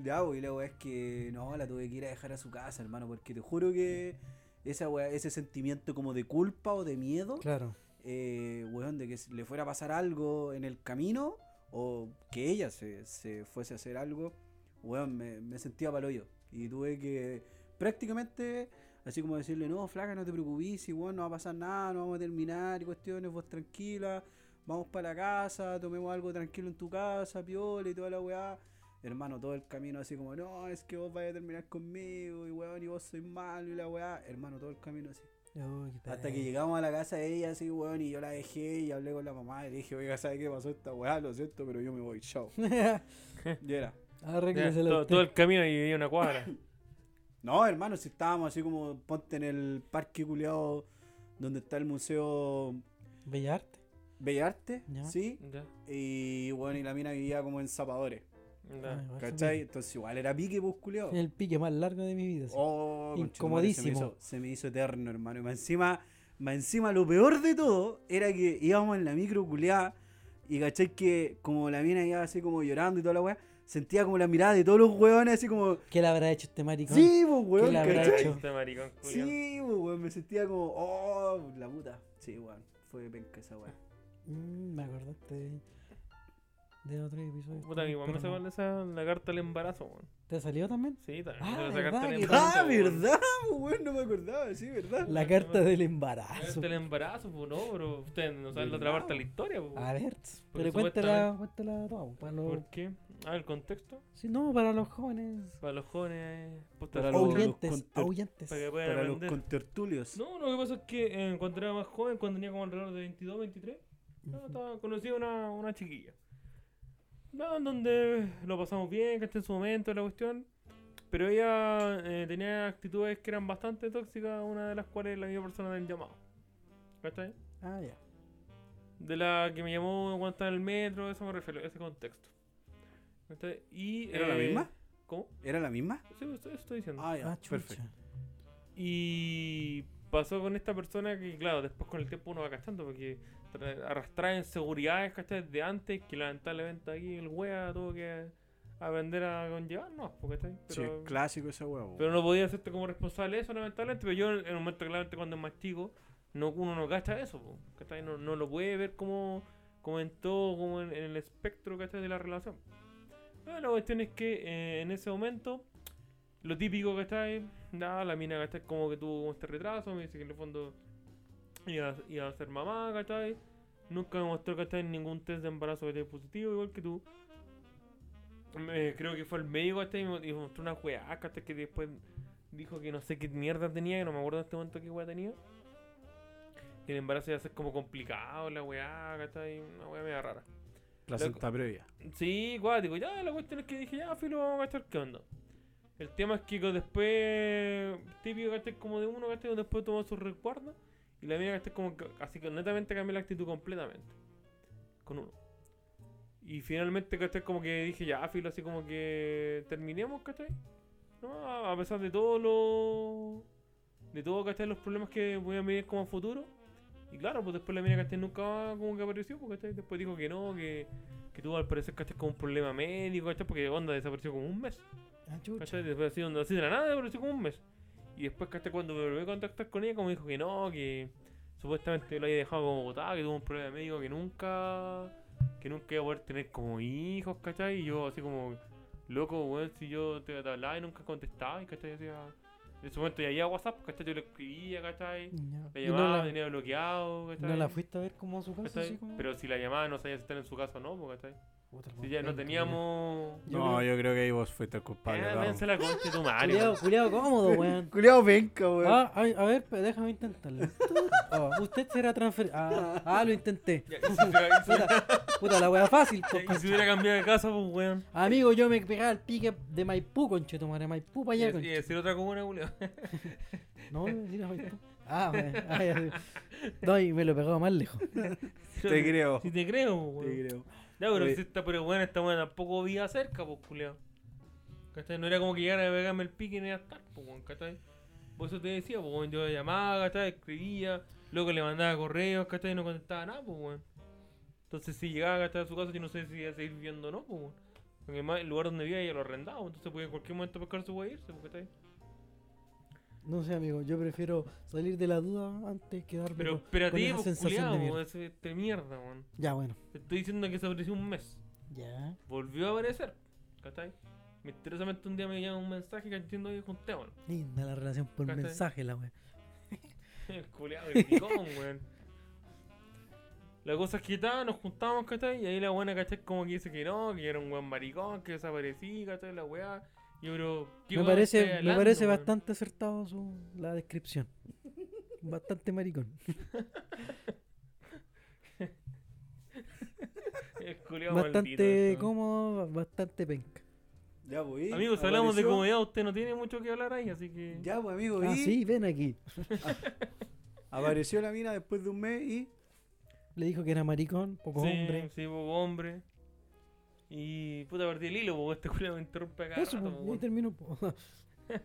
Ya, güey, la weá es que no, la tuve que ir a dejar a su casa, hermano, porque te juro que esa weá, ese sentimiento como de culpa o de miedo,
Claro.
eh, weón, de que le fuera a pasar algo en el camino o que ella se, se fuese a hacer algo, weón, me, me sentía para Y tuve que prácticamente, así como decirle, no, flaca, no te preocupes, si weón, no va a pasar nada, no vamos a terminar, y cuestiones, vos tranquila, vamos para la casa, tomemos algo tranquilo en tu casa, piola y toda la weá. Hermano, todo el camino así como, no, es que vos vais a terminar conmigo, y weón, y vos sois malo, y la weá. Hermano, todo el camino así.
Eh.
Hasta que llegamos a la casa de ella, así, weón, y yo la dejé y hablé con la mamá y le dije, oiga, ¿sabes qué pasó esta weá? Lo siento, pero yo me voy, chao. Y era,
Ya,
Arrégleselo.
todo,
usted.
todo el camino y vivía una cuadra.
no, hermano, si estábamos así como, ponte en el parque culiado donde está el Museo
Bellarte.
Bellarte,
Ya.
¿sí?
Ya,
Y, bueno, y la mina vivía como en Zapadores,
Ah,
ya.
igual se me-
¿cachai? Entonces igual era pique, pues, culiado.
El pique más largo de mi vida. sí.
Oh, conchetumare,
Incomodísimo.
Se me, hizo, se me hizo eterno, hermano. Y más encima, más encima, lo peor de todo era que íbamos en la micro culiá Y caché que como la mina iba así como llorando y toda la weá, sentía como la mirada de todos los weones así como,
¿Qué le habrá hecho este maricón?
sí, pues weón,
la habrá
¿cachai?
hecho?
Este maricón culiao.
Sí, pues weón, me sentía como, oh, la puta. Sí, weón, fue penca esa weá.
Mm, me acordaste de, de otro episodio.
Puta, mi weón me
pero
sacó
no.
esa, la carta del embarazo, weón.
¿Te salió también?
Sí, también.
Ah,
esa
¿verdad?
carta del
Que-
embarazo,
Ah,
weón.
¿verdad? Pues (laughs) weón, no me acordaba, sí, ¿verdad?
La carta del
La
embarazo.
carta del embarazo, pues no, bro. Ustedes no saben la otra parte de la historia, pues.
A ver, pero
Porque
cuéntala, cuéntala toda. Para los,
¿Por qué? Ah, el contexto.
sí, no, para los jóvenes.
Para los jóvenes. pues,
Para los-
Ahuyentes,
conter-
ahuyentes.
para que puedan
Para los
aprender.
contertulios.
No, lo que pasa es que eh, cuando era más joven, cuando tenía como alrededor de 22, 23, no,
Ah,
estaba, conocí a una, una chiquilla. No, en donde lo pasamos bien, que en su momento la cuestión. Pero ella eh, tenía actitudes que eran bastante tóxicas, una de las cuales es la misma persona del llamado. ¿Cachai?
Ah, ya.
De la que me llamó cuando estaba en el metro, eso me refiero, ese contexto. ¿Cachai? Y,
¿Era la
eh,
misma?
¿Cómo?
¿Era la misma?
Sí, eso estoy diciendo.
Ah, ya,
Ah, chucha.
perfecto.
Y pasó con esta persona que, claro, después con el tiempo uno va cachando porque tra- arrastrar inseguridades, ¿cachai? Desde antes que lamentablemente aquí el wea tuvo que aprender a conllevar, no, porque está
Sí,
pero,
clásico esa weá.
pero no podía hacerte como responsable de eso, lamentablemente. Pero yo, en el momento, claramente, cuando es más chico, no, uno no cacha eso, po, ¿cachai? No, no lo puede ver como, como en todo, como en, en el espectro, ¿cachai? De la relación. Bueno, la cuestión es que eh, en ese momento, lo típico, ¿cachai? Nada, la mina, ¿cachai? Como que tuvo como este retraso, me dice que en el fondo iba, a- iba a ser mamá, ¿cachai? Nunca me mostró, ¿cachai? Ningún test de embarazo que esté positivo, igual que tú. Me- creo que fue el médico, ¿cachai? Y me y me mostró una weá, ¿cachai? Que después dijo que no sé qué mierda tenía, que no me acuerdo en este momento qué weá tenía. Que el embarazo iba a ser como complicado, la weá, ¿cachai? Una weá media rara.
Placenta previa.
Sí, cuático. Ya la cuestión es que dije, ya, filo, vamos a gastar qué onda. El tema es que co- después, típico gasté como de uno, gasté después tomó sus recuerdos. Y la mía gasté como que, así que netamente cambié la actitud completamente. Con uno. Y finalmente gasté como que dije, ya, filo, así como que terminemos, ¿cachai? No, a a pesar de todo lo. De todo, ¿cachai? Los problemas que voy a venir como futuro. Y claro, pues después la mina ¿cachai? nunca como que apareció, porque ¿cachai? después dijo que no, que que tuvo al parecer ¿cachai? como un problema médico, ¿cachai? porque onda desapareció como un mes.
Ah, chucha.
¿cachai? Después así, onda, así de la nada desapareció como un mes. Y después ¿cachai? cuando me volví a contactar con ella, como dijo que no, que supuestamente yo lo había dejado como botada, que tuvo un problema médico que nunca, que nunca iba a poder tener como hijos, ¿cachai? Y yo así como, loco, weón, si yo te, te hablaba y nunca contestaba, y ¿cachai? O sea, en ese momento ya había WhatsApp, ¿cachai? Yo le escribía, ¿cachai?
Ya.
La
¿Y no
llamaba,
la-
me tenía bloqueado, ¿cachai?
¿No la fuiste a ver como a su casa?
¿Cachai?
así como-
Pero si la llamaba no sabía si estar en su casa o no, pues, ¿cachai?
Puta,
Si ya no
weón,
teníamos.
Yo No,
yo creo que ahí vos fuiste el
Eh, vence la concha
(laughs)
de tu madre.
Culeado,
(laughs)
culeado cómodo, weón.
Culeado penca, weón.
Ah,
Pues-
ay, a ver, pe- déjame
(laughs)
intentarlo. Oh, usted será transferido. Ah, ah, lo intenté.
Ya, y si hubiera- y si hubiera-
Puta, la wea fácil. po,
y si hubiera cambiado de casa, pues weón.
Amigo, yo me pegaba el pique de Maipú, conchetumare. Maipú para
Y
allá,
y
conche.
decir otra comuna, Julio.
No, sí, no, Maipú. Ah, weón. Ah, ya, sí. No, y me lo pegaba más lejos.
Te creo.
(laughs) Si te creo, pues,
Te
weón.
creo.
Ya, pero
Oye.
si esta, pero weón, esta weón tampoco vivía cerca, pues culiao. ¿Cachai? No era como que llegara a pegarme el pique ni a estar, pues weón, ¿cachai? Por eso te decía, pues weón, yo llamaba, ¿cachai? Escribía, luego le mandaba correos, ¿cachai? Y no contestaba nada, pues weón. Entonces si llegaba ¿cachai? a su casa, yo no sé si iba a seguir viviendo o no, pues weón. Porque además el lugar donde vivía ya lo arrendaba, entonces podía en cualquier momento pescar su weón e irse, pues, ¿cachai?
No sé, amigo, yo prefiero salir de la duda antes que darme
Pero
con- con
espérate,
esa
pues,
sensación
culiao,
de mierda.
weón, este mierda, weón.
Ya, bueno.
Te estoy diciendo que desapareció un mes.
Ya.
Volvió a aparecer, ¿cachai? Misteriosamente un día me llega un mensaje que entiendo que juntémonos.
Linda la relación por
¿Cachai?
mensaje, la wea.
(laughs) El culeado del
(laughs)
picón, weón. La cosa es que ta, nos juntamos, ¿cachai? Y ahí la buena, ¿cachai? Como que dice que no, que era un buen maricón, que desaparecí, ¿cachai? La weá. Y yo, bro, ¿qué
Me
weá estáis
parece, me
hablando,
parece
weón?
bastante acertado su, la descripción. Bastante maricón.
(laughs) El culeado maldito,
bastante
weón.
cómodo, bastante penca.
Ya, pues.
Amigos, hablamos de comodidad, usted no tiene mucho que hablar ahí, así que.
Ya, pues, amigo.
Ah,
y
sí, ven aquí.
Apareció la mina después de un mes y.
Le dijo que era maricón, poco
sí,
pues, hombre.
Sí, poco hombre. Y puta, perdí el hilo, po, este culeado me interrumpe acá.
Eso, pues, ahí terminó. po. (laughs)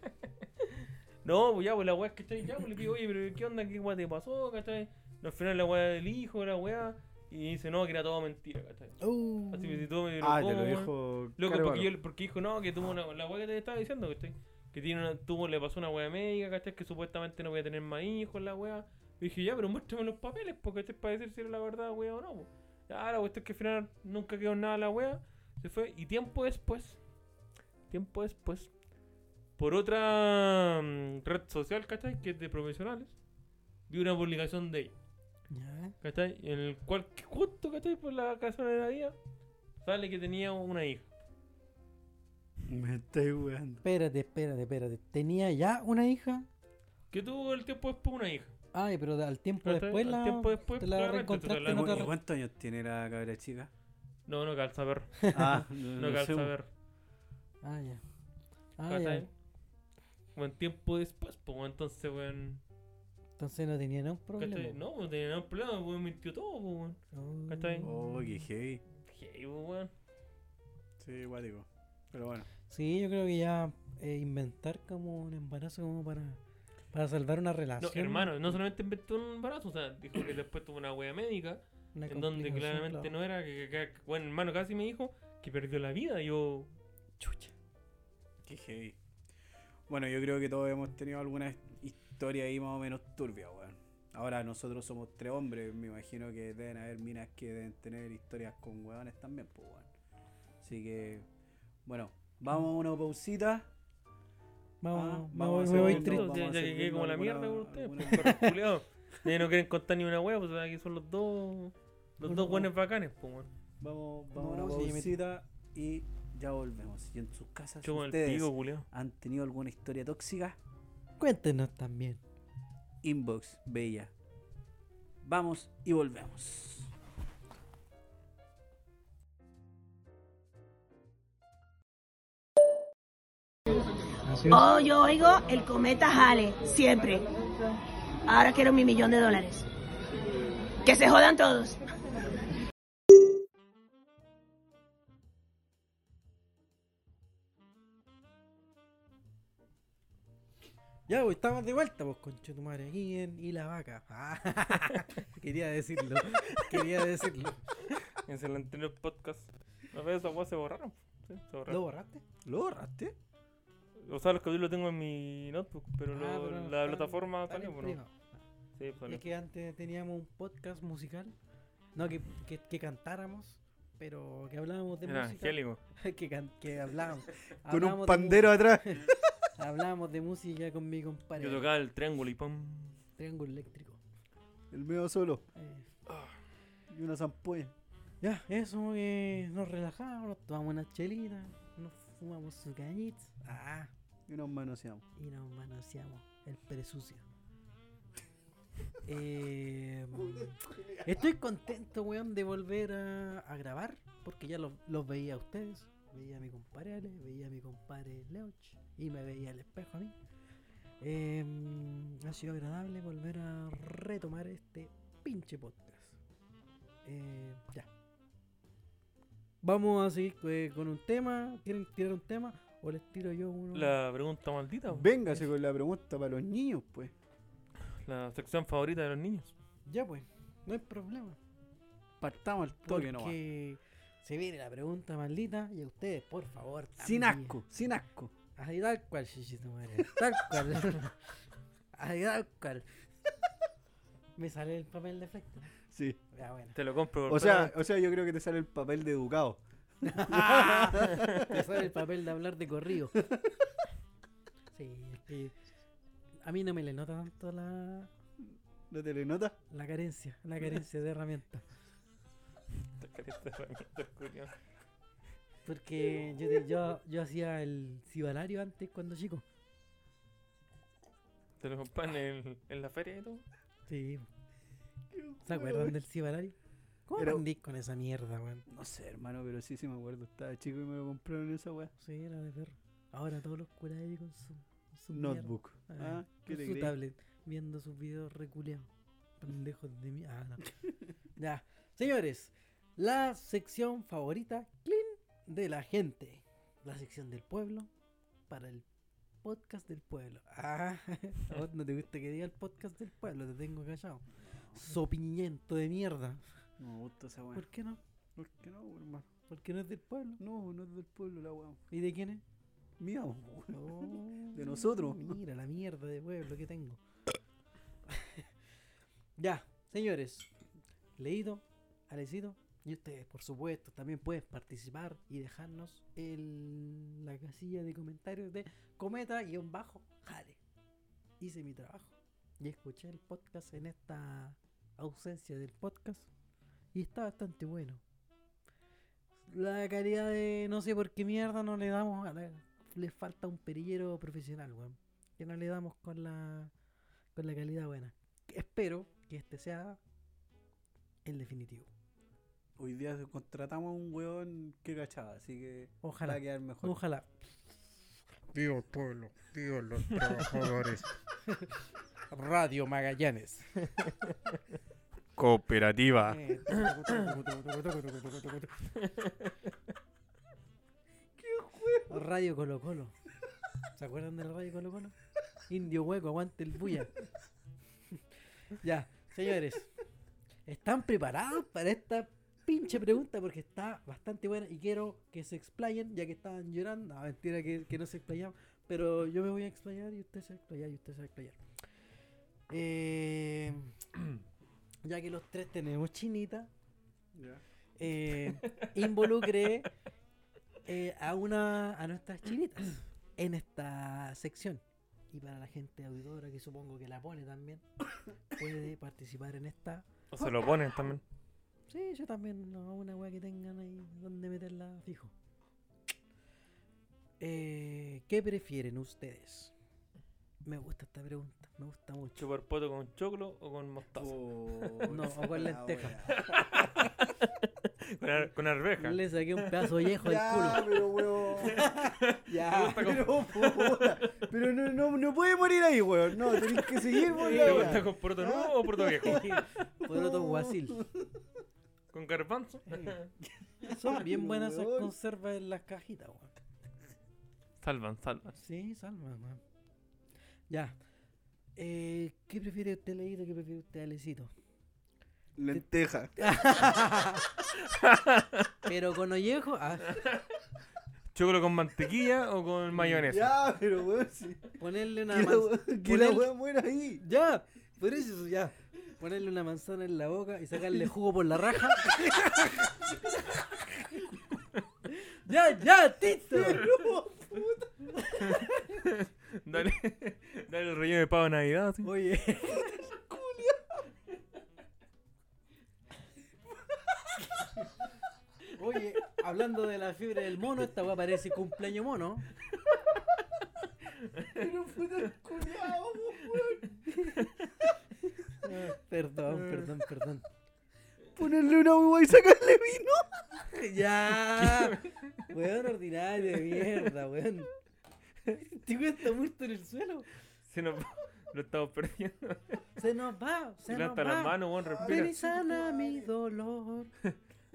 No, pues ya, pues la weá que está ahí, ya, pues le digo, oye, pero ¿qué onda? ¿Qué weá te pasó? ¿Cachai? No, al final la weá del hijo, la weá. Y dice, no, que era todo mentira, ¿cachai?
Uh,
Así que si tú me lo
Ah, te
como,
lo
weón.
dijo.
Loco,
Caro
porque,
Barba.
yo- porque dijo, no, que tuvo una, la weá que te estaba diciendo, ¿cachai? Que tiene una, tuvo, le pasó una weá médica, ¿cachai? Que supuestamente no voy a tener más hijos, la weá. Y dije, ya, pero muéstrame los papeles, porque este es para decir si era la verdad, weá, o no. po. Ah, la cuestión es que al final nunca quedó nada la weá. Se fue. Y tiempo después, tiempo después, por otra mm, red social, ¿cachai? Que es de profesionales, vi una publicación de ella.
ya.
¿Cachai? En el cual, que justo, ¿cachai? Por la casa de la día, sale que tenía una hija.
Me estoy weando.
Espérate, espérate, espérate. ¿Tenía ya una hija?
Que tuvo el tiempo después una hija.
Ay, pero al tiempo
¿Cachai?
después
Al
la,
tiempo después,
te la
claramente,
reencontraste
te la
en
reco-
otra
¿Y
red.
cuántos años tiene la cabra chica?
No, no calza ver.
Ah,
No,
sé,
calza
weón.
ver.
Ah, ya. Ah, ya.
¿Cachai? Buen tiempo después, pues bueno, entonces, weón.
Entonces no tenía ningún problema.
¿cachai? No, pues tenía ningún problema, pues mintió todo, pues weón.
Oh.
¿Cachai?
Oh, qué heavy.
Hey, pues, weón.
Sí, guático. Pero bueno.
Sí, yo creo que ya eh, inventar como un embarazo como para, para salvar una
No,
relación.
hermano, no solamente inventó un embarazo, o sea, dijo que después tuvo una wea
(coughs)
médica,
una
en donde
complicación,
claramente
claro.
no era, que, que- que- bueno, hermano casi me dijo que perdió la vida, yo...
Chucha.
Qué heavy. Bueno, yo creo que todos hemos tenido alguna historia ahí más o menos turbia, weón. Ahora nosotros somos tres hombres, me imagino que deben haber minas que deben tener historias con weones también, pues weón. Así que, bueno, vamos a una pausita.
Vamos,
Ah,
me voy-
vamos a
me voy
segundo.
triste.
Ya,
vamos a
ya que quedé como la
servirnos
mierda con
alguna-
ustedes,
alguna-
pues, (laughs) perros
(laughs)
culiados. Ya no quieren contar ni una hueá, pues aquí son los dos. Los
Los
dos
dos.
buenos bacanes, pues, weón.
Vamos, vamos a
No,
una
sí, me-
pausita y ya volvemos. Y en sus casas, si
Chupo el
ustedes
pico, culiao.
han tenido alguna historia tóxica,
Cuéntenos también.
inbox, bella. Vamos y volvemos.
Oh, yo oigo el cometa Jale, siempre. Ahora quiero mi millón de dólares. Que se jodan todos.
Ya, pues estamos de vuelta, pues, concha tu madre, aquí en Y la Vaca. (laughs) Ah, quería decirlo, quería decirlo.
En el anterior podcast. A veces esas weas se borraron. Sí, se
¿Lo
borraron.
borraste?
¿Lo borraste?
O sea, los capítulos los tengo en mi notebook, pero
Ah,
lo-
pero no
la
están-
plataforma
Dale,
salió, pues,
prima.
¿no? Sí, pues, salió.
Es que antes teníamos un podcast musical, no, que, que, que cantáramos, pero que hablábamos de
Era
música.
angélico.
(laughs) que, can- que hablábamos.
Con
hablábamos
un
de
pandero atrás.
mu- hablábamos de música con mi compadre.
Yo tocaba el triángulo y pam.
Triángulo eléctrico.
El medio solo. Ah,
Eh,
Y una zampolla.
ya, eso, eh, nos relajamos, nos tomamos una chelita, nos fumamos su cañita. Ah.
Y nos manoseamos.
y nos manoseamos el presucio. Eh, estoy contento, weón, de volver a, a grabar, porque ya los, los veía a ustedes, veía a mi compadre Ale, veía a mi compadre Leoch y me veía al espejo a mí. Eh, ha sido agradable volver a retomar este pinche podcast. Eh, ya. Vamos a seguir eh, con un tema. ¿Quieren tirar un tema? ¿O les tiro yo uno?
La pregunta maldita, pues. po.
Véngase con la pregunta para los niños, pues.
la sección favorita de los niños.
Ya pues, no hay problema.
Partamos al toque nomás.
Porque se viene la pregunta maldita y a ustedes, por favor.
Sin
también.
asco, sin asco.
Así tal cual, chichito madre. Tal
(laughs)
cual. Así tal cual. Me sale el papel de efecto.
Sí.
Ya
(laughs)
bueno.
Te lo compro. por
O sea,
plata.
o sea, yo creo que te sale el papel de educado.
Me sale el papel de hablar de corrido. Sí, es que a mí no me le nota tanto la,
¿No te le nota?
la carencia, la carencia de herramientas.
Te carece de herramientas, culiao.
Porque yo, te- yo, yo hacía el cibalario antes cuando chico.
Te lo compran en, en la feria y todo.
Sí. ¿Se acuerdan del Cibalari? ¿Cómo
Era-
aprendí con esa mierda, weón?
No sé, hermano, pero sí, sí me acuerdo. Estaba chico y me lo compraron esa weá.
Sí, era de perro. Ahora todos los curas ahí con su, con su mierda.
Notebook.
Ah,
Ah, ¿qué
con
te
su
creí?
tablet, viendo sus videos reculeados. Pendejos de mí. Ah, no. (laughs) ya. Señores, la sección favorita, clean, de la gente. La sección del pueblo para el podcast del pueblo. (laughs) Ah, a vos no te gusta que diga el podcast del pueblo, te tengo callado. Sopiñento de mierda.
No me gusta esa weá.
¿Por qué no?
¿Por qué no, hermano?
Porque no es del pueblo.
No, no es del pueblo la weá.
¿Y de quién es?
Mía, weón.
De
nosotros.
Mira la mierda de pueblo que tengo. (laughs) ya, señores. Leído, Alecito. Y ustedes, por supuesto, también pueden participar y dejarnos en la casilla de comentarios de cometa-jale. Hice mi trabajo y escuché el podcast en esta ausencia del podcast y está bastante bueno. La calidad de no sé por qué mierda no le damos a la, le falta un perillero profesional, weón. Que no le damos con la con la calidad buena. Espero que este sea el definitivo.
Hoy día contratamos a un weón que cachaba, así que va
Ojalá.
a quedar mejor.
Ojalá.
Viva el pueblo, viva los trabajadores. Radio Magallanes.
Cooperativa.
Radio Colo Colo. ¿Se acuerdan del Radio Colo Colo? Indio hueco, aguante el bulla. (laughs) ya, señores. ¿Están preparados para esta pinche pregunta? Porque está bastante buena y quiero que se explayen, ya que estaban llorando. No, mentira que, que no se explayaban. Pero yo me voy a explayar y usted se va a explayar y usted se va a explayar. Eh, (clears throat) ya que los tres tenemos chinita,
Ya.
eh, involucre eh, a una a nuestras chinitas en esta sección. Y para la gente audidora que supongo que la pone también, (coughs) puede participar en esta.
O se lo ponen también.
Sí, yo también, no, una weá que tengan ahí donde meterla fijo. Eh, ¿Qué prefieren ustedes? Me gusta esta pregunta, me gusta mucho.
¿Chupar poto con choclo o con mostaza?
Oh,
No, o con
la
lenteja.
weá.
Con, ar- con arveja.
Le saqué un pedazo
(laughs)
viejo del culo.
Ya, pero weón. Ya, pero puta. Pero no, no, no puede morir ahí, weón. No, tenés que seguir, weón.
¿Te gusta con poto nuevo o poto
(laughs)
viejo?
Poroto guasil.
¿Con garbanzo?
Son bien
Pero,
buenas esas
weón.
conservas en las cajitas, weón.
Salvan, salvan.
Sí, salva, weón. Ya. Eh, ¿Qué prefiere usted, Leído? ¿Qué prefiere usted, Alecito?
Lenteja.
(laughs) Pero con ollejo. ah,
¿Choclo con mantequilla o con mayonesa?
Ya, pero weón, sí.
ponerle una
Que la
manzana.
weá- que la
Ponele-
weá muera ahí.
¡Ya! Por eso, ya. Ponerle una manzana en la boca y sacarle jugo por la raja. (laughs) ¡Ya, ya,
(laughs)
Tito!
Dale, (laughs) dale el relleno de pavo de Navidad. así.
Oye. Oye, hablando de la fiebre del mono, esta weá parece cumpleaños mono. Ah, Perdón, perdón, perdón.
Ponerle una weá y sacarle vino.
Ya, weón ordinario de mierda, weón. Este weón está muerto en el suelo.
Se nos va- Lo estamos perdiendo.
Se nos va, se nos
Levanta
va. Ah,
las manos, weón. Respira.
Ven y sana mi dolor.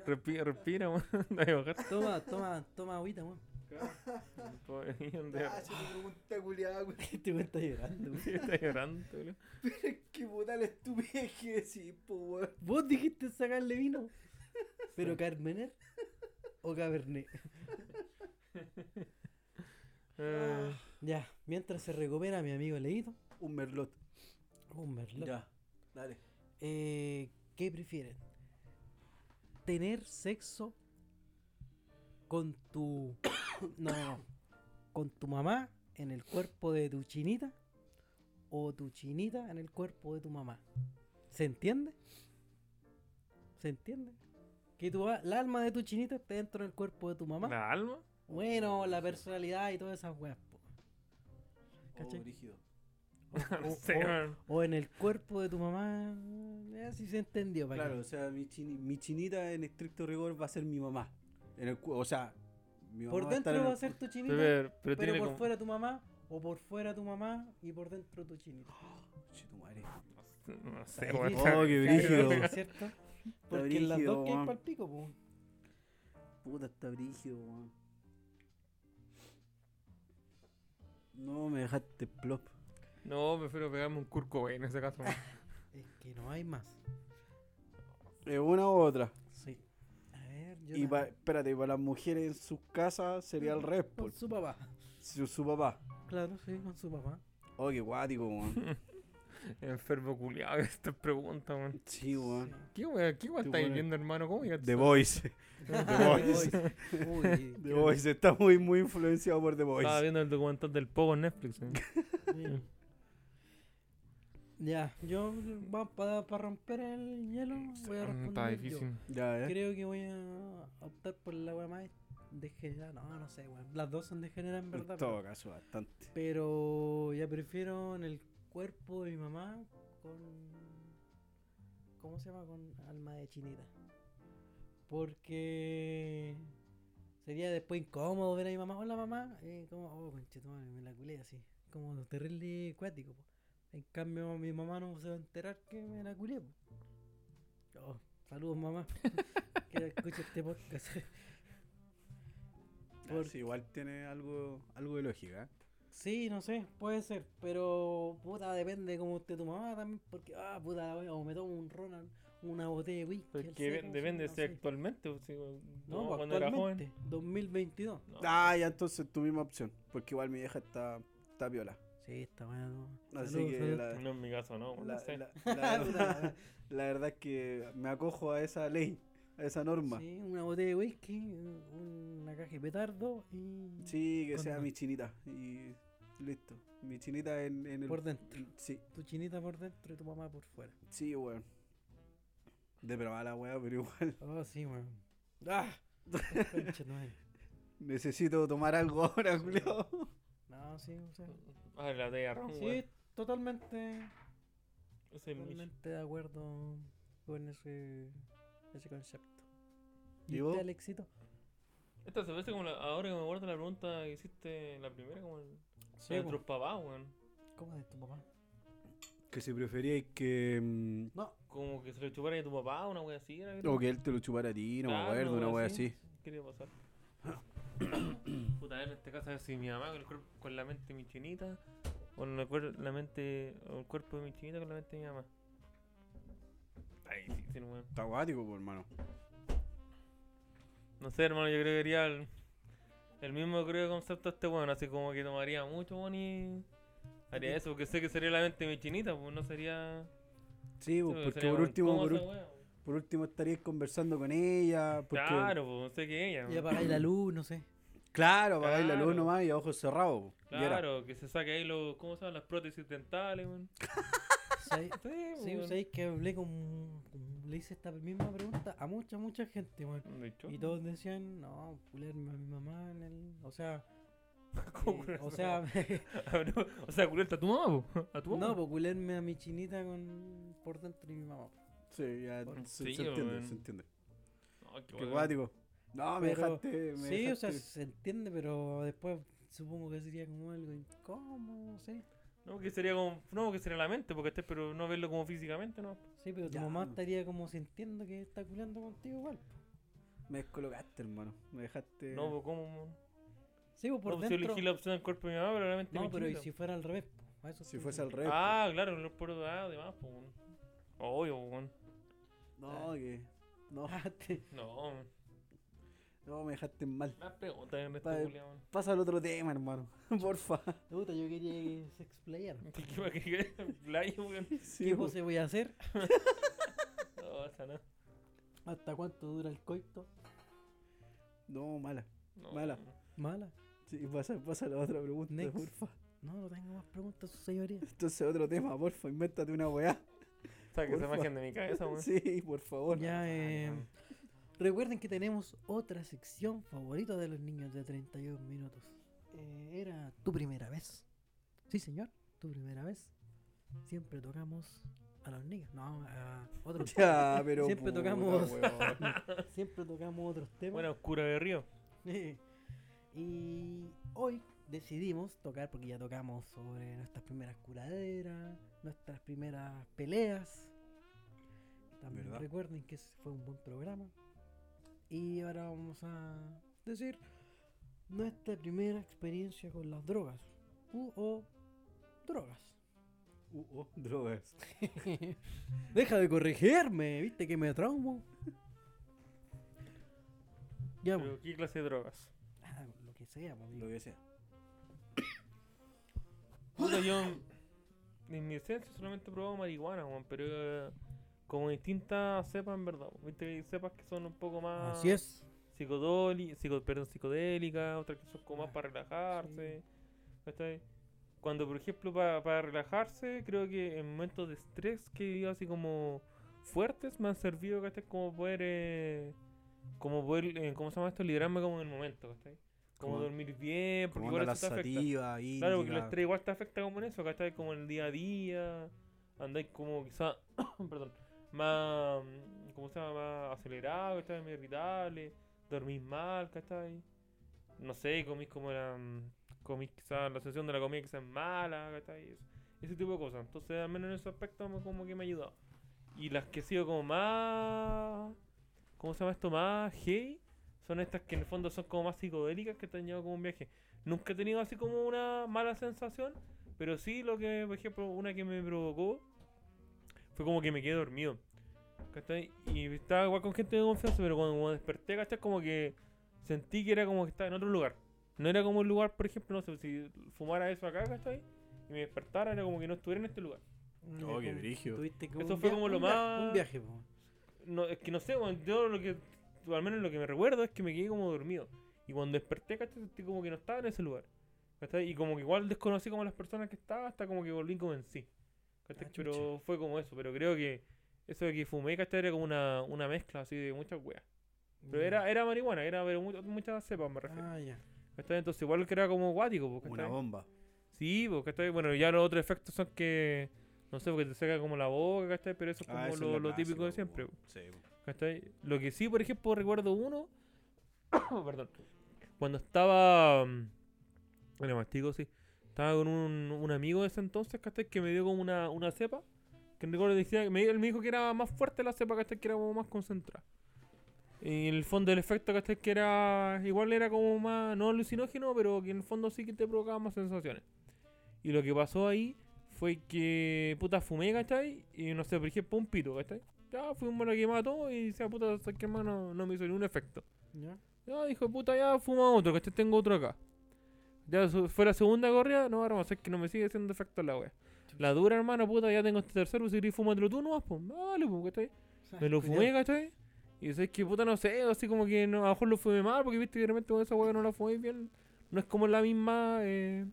Respira, respira, weón. (laughs) Dale, bajar.
Toma, toma, toma agüita, weón.
(laughs)
Ah, se te pregunta, culiada, weón.
Este weón está llorando, weón.
Está llorando, boludo.
Qué puta la estupidez que decís, po, weón.
Vos dijiste sacarle
(laughs)
vino. Pero Carmener o Cabernet. Ah,
Eh,
Ya, mientras se recupera mi amigo Leito.
(laughs) Un merlot.
Un merlot.
Ya. Dale.
Eh, ¿Qué prefieren? ¿Tener sexo con tu. (coughs) No, con tu mamá en el cuerpo de tu chinita? ¿O tu chinita en el cuerpo de tu mamá? ¿Se entiende? ¿Se entiende? Que tu, a- la alma de tu chinita esté dentro del cuerpo de tu mamá.
¿La alma?
Bueno, la personalidad y todas esas weas. po. ¿Cachai?
Oh, brígido.
Oh,
No sé, weón.
O en el cuerpo de tu mamá. eh, si se entendió, para
Claro, o sea, mi, chini- mi chinita en estricto rigor va a ser mi mamá. En el cu- o sea, mi mamá
Por
va a estar
dentro
en
va
el
a ser tu chinita,
Pero, pero
pero,
tiene
por
como-
fuera tu mamá, o por fuera tu mamá y por dentro tu chinita.
cu- Che, tu madre.
No sé,
Está (laughs)
weón.
difícil. Está
Oh, qué brígido.
difícil, ¿Cierto? Porque en las
brígido,
dos que hay
weón.
pa'l pico, po.
Puta, está brígido, weón. No, me dejaste plop.
No, prefiero pegarme un curco, güey, en ese caso. weón.
Es que no hay más.
Es una u otra.
Sí. A ver, yo.
Y
la-
pa- espérate, y para las mujeres en sus casas sería al revés,
Con
por
su papá.
su, su papá.
Claro, sí, con su papá.
Oh, qué guático, weón.
Enfermo culiado (laughs) estas preguntas, weón.
Sí, (laughs) weón.
¿Qué weón qué weón
Tú,
estáis
weón.
viendo, hermano? ¿Cómo ya
The Voice. The Voice.
Uy,
(laughs) The Voice está muy, muy influenciado por The
Estaba
Voice.
viendo el documental del Pogo en Netflix. weón.
(laughs)
mira. Ya, yo para romper el hielo voy a
Mm,
responder.
Está
yo.
difícil.
Ya, ¿eh?
Creo que voy a optar por la weá más degenerada. No, no sé, weón. Las dos son degeneradas en verdad.
En todo caso, bastante.
Pero ya prefiero en el cuerpo de mi mamá con. ¿Cómo se llama? Con alma de chinita. Porque. Sería después incómodo ver a mi mamá. Hola mamá. eh, como, oh, conchetumare, me la culé así. Como terrible cuático. po. En cambio, mi mamá no se va a enterar que me la culé. po. Oh, saludos mamá. que escuche este podcast. Por-
Sí, igual tiene algo, algo de lógica. ¿eh?
Sí, no sé, puede ser, pero puta, depende como esté tu mamá también, porque ah, puta, la wea, o me tomo un Ronald, una botella de whisky.
Pero
al
que
seco,
depende
no
si
sé.
actualmente. o si- no,
No, pues,
cuando era joven.
actualmente, 2022.
No.
Ah, ya entonces tu misma opción. Porque igual mi vieja está, está viola.
Sí, está bueno.
Así
Saludos,
que
saludos.
la,
No, en mi caso no. weón,
la-
Pues no sé.
la- la verdad, la verdad es que me acojo a esa ley, a esa norma. Sí,
Sí, una botella de whisky, un- una caja de petardo y
que sea
Condón.
mi chinita. Y listo. Mi chinita en, en el.
por dentro.
Sí,
Tu chinita por dentro y tu mamá por
(laughs)
fuera.
sí, weón. De probar la weá, pero igual. (laughs)
Oh, sí, weón. ¡Ah! Concha tu madre.
Necesito tomar algo ahora, Julio.
No, sí, o sea.
Ah, la de Ron,
Sí,
weón.
totalmente.
Ese es mi-
Totalmente de acuerdo con ese, ese concepto. ¿Y
Yo-
usted, Alexito?
Esta se parece como la- ahora que me acuerdo la pregunta que hiciste la primera, como el,
Sí,
la de
po.
tus papás, weón.
¿Cómo es tu papá?
Que si preferíais que. mm,
Como que se lo chupara a tu papá, una wea así. Era,
O que él te lo chupara a ti, no me
Claro,
acuerdo, una
wea
weá
así.
así.
¿Qué le iba a pasar? Puta, a ver, en este caso, a ver si mi mamá con, el cuerpo, con la mente de mi chinita, o en el, cuer- la mente, o el cuerpo de mi chinita con la mente de mi mamá. Ay, sí, sí, weón.
(clears throat) Está guático, po, hermano.
No sé, hermano, yo creo que haría el, el mismo creo que concepto a este weón, así como que tomaría mucho, weón, y haría eso, porque sé que sería la mente de mi chinita, pues no sería...
Sí,
sí,
pues,
porque
porque
sería
por
como
último, por,
incómodo
ul-
esa weá, weón.
por último estaríais conversando con ella. Porque,
Claro, pues sé que ella,
Y
weón.
apagáis la luz, no sé.
Claro, apagáis la luz
Claro.
nomás y a ojos cerrados. po. Y era.
Claro, que se saque ahí los, ¿cómo se llaman? Las prótesis dentales, weón.
¿Sabéis
Sí,
(laughs) pues, sí,
weón.
sabéis que hablé con, con- Le hice esta misma pregunta a mucha, mucha gente, weón.
De hecho.
Y todos decían, no, culerme a mi mamá en el. O (laughs) sea.
¿Cómo culiar
eh,
a
o
tu
(laughs) sea,
(laughs) Ah, no, o sea, culeta a tu mamá, po, (laughs) a tu mamá.
no, pues culerme a mi chinita con por dentro y mi mamá.
Sí, ya
Por-
se,
Sí,
se entiende,
weón.
se entiende.
No, qué
Qué
weón.
guático. No, me
Pero-
dejaste. Me
sí, o sea,
dejaste-
se entiende, pero después supongo que sería como algo incómodo, no sé.
No, que sería como, no, que sería la mente, porque este, pero no verlo como físicamente, no.
Sí, pero tu
Ya,
mamá
no.
estaría como sintiendo que está culiando contigo igual.
Me descolocaste, hermano. Me dejaste.
No, pues cómo.
Sí, pues por
no, pues, yo
dentro.
elegí la opción del cuerpo de mi mamá, pero realmente
No, pero ¿y si fuera al revés? po? A eso
si
estoy
fuese al
diciendo.
revés. pues.
Ah, claro, los puros de ah, demás, pues. weón. Obvio, pues, weón.
po.
Ah.
No, que. No,
(laughs) Ah, te-
No, weón.
no, me dejaste mal.
más preguntas en este
Pa-
culiao, weón. (laughs)
Pasa al otro tema, hermano. (laughs) Porfa.
Puta, yo quería que
(laughs)
se explayara.
¿Qué va a querer? Playa, weón.
Sí,
¿Qué
po.
pose voy a hacer?
No, o sea, no.
¿Hasta cuánto dura el coito?
No, mala.
No,
Mala.
weón.
Mala.
Sí, pasa, pasa a la otra pregunta,
Next.
porfa.
No, no tengo más preguntas, su señoría.
Entonces, otro tema, porfa. Invéntate
(laughs)
una weá.
Saca esa
Porfa.
imagen de mi cabeza, weón.
(laughs) Sí, por favor. Ah,
Ya, eh,
weón.
recuerden que tenemos otra sección favorita de los niños de 32 minutos. Eh, era tu primera vez. Sí, señor, tu primera vez. Siempre tocamos a los niños. No, a otros.
(laughs)
(laughs)
Ya, pero.
Siempre
puta,
tocamos-
weón.
Siempre tocamos otros temas.
Buena oscura de río.
(laughs) y hoy decidimos tocar, porque ya tocamos sobre nuestras primeras curaderas, nuestras primeras peleas. También
¿Verdad?
recuerden que ese fue un buen programa. Y ahora vamos a decir nuestra primera experiencia con las drogas. U o drogas.
Uh, oh, drogas.
Deja de corregirme, viste que me traumo. Ya, pues.
Pero, ¿Qué clase de drogas?
Ah, lo que sea, pues,
Lo
amigo.
que sea.
Puta, yo en- en mi esencia solamente he probado marihuana, weón, pero eh, como distintas cepas en verdad, weón. viste que hay cepas que son un poco más
Así es.
psicodoli- psico- perdón, psicodélicas, otras que son como más para relajarse. ¿cachai? Cuando por ejemplo pa- para relajarse, creo que en momentos de estrés que he vivido así como fuertes me han servido, ¿cachai? Como poder eh, como poder, eh, ¿cómo se llama esto? Liderarme como en el momento, ¿cachai? Como,
Como-
dormir bien, porque
Como
igual
onda la
eso te afecta.
sativa ahí.
Claro, porque la estrella igual te afecta como en eso, acá estáis como en el día a día, andáis como quizá, (coughs) perdón, más, mm, ¿cómo se llama? Más acelerado, estáis medio irritable, dormís mal, ¿cachai? No sé, comís como la, mm, comís quizá, la sensación de la comida quizás es mala, ¿cachai? Es- Ese tipo de cosas, entonces al menos en ese aspecto me- como que me ha ayudado. Y las que he sido como más, ¿cómo se llama esto? Más heavy, son estas que en el fondo son como más psicodélicas que te han llevado como un viaje. Nunca he tenido así como una mala sensación, pero sí lo que, por ejemplo, una que me provocó fue como que me quedé dormido. ¿Cachai? Y estaba igual con gente de confianza, pero cuando, cuando desperté, ¿cachai? Como que sentí que era como que estaba en otro lugar. No era como el lugar, por ejemplo, no sé, si fumara eso acá, ¿cachai? Y me despertara, era como que no estuviera en este lugar.
Oh, qué brigio.
Tuviste como
Eso
un
fue
via-
como lo
un via-
más-
Un viaje, po.
No, es que no sé, weón, yo lo que, al menos lo que me recuerdo es que me quedé como dormido. Y cuando desperté, ¿cachai? Sentí como que no estaba en ese lugar. ¿Cachai? Y como que igual desconocí como las personas que estaba, hasta como que volví como en sí. ¿Cachai?
Ah, chucha.
pero fue como eso, pero creo que eso de que fumé, ¿cachai? Era como una, una mezcla así de muchas weas. Pero era, era marihuana, era pero mu- muchas cepas me refiero.
Ah, ya.
¿Cachai? Entonces igual que era como guático, po,
Una
¿cachai?
bomba.
Sí, porque está bueno, ya los otros efectos son que no sé, porque te saca como la boca, ¿cachai? Pero eso es como
Ah, eso es
lo,
la
lo típico
clásica,
de siempre.
po. Sí, po.
¿Cachai? Lo que sí, por ejemplo, recuerdo uno. (coughs) perdón. Cuando estaba. mm, Bueno, mastico, sí. Estaba con un, un amigo de ese entonces, ¿cachai? Que me dio como una, una cepa. Que no recuerdo, decía, me, él me dijo que era más fuerte la cepa, ¿cachai? Que era como más concentrada. Y en el fondo el efecto, ¿cachai? Que era. Igual era como más. No alucinógeno, pero que en el fondo sí que te provocaba más sensaciones. Y lo que pasó ahí fue que. Puta, fumé, ¿cachai? Y no sé, por ejemplo, un pito, ¿cachai? Ya, fuimos a la quemada todo y decía, puta, ¿sabes qué, hermano? No me hizo ningún efecto.
Ya.
Ya, dijo, puta, ya fuma otro, que tengo otro acá. Ya su- fue la segunda corrida, no, hermano, es que no me sigue haciendo efecto la wea. La dura, hermano, puta, ya tengo este tercero, si querés fumártelo tú nomás, pues, dale, pues, ¿cachai? Me lo fumé, ¿cachai? Y sabes que, puta, no sé, así como que no, a lo mejor lo fumé mal, porque viste que realmente con esa wea no la fumé bien. No es como la misma, eh...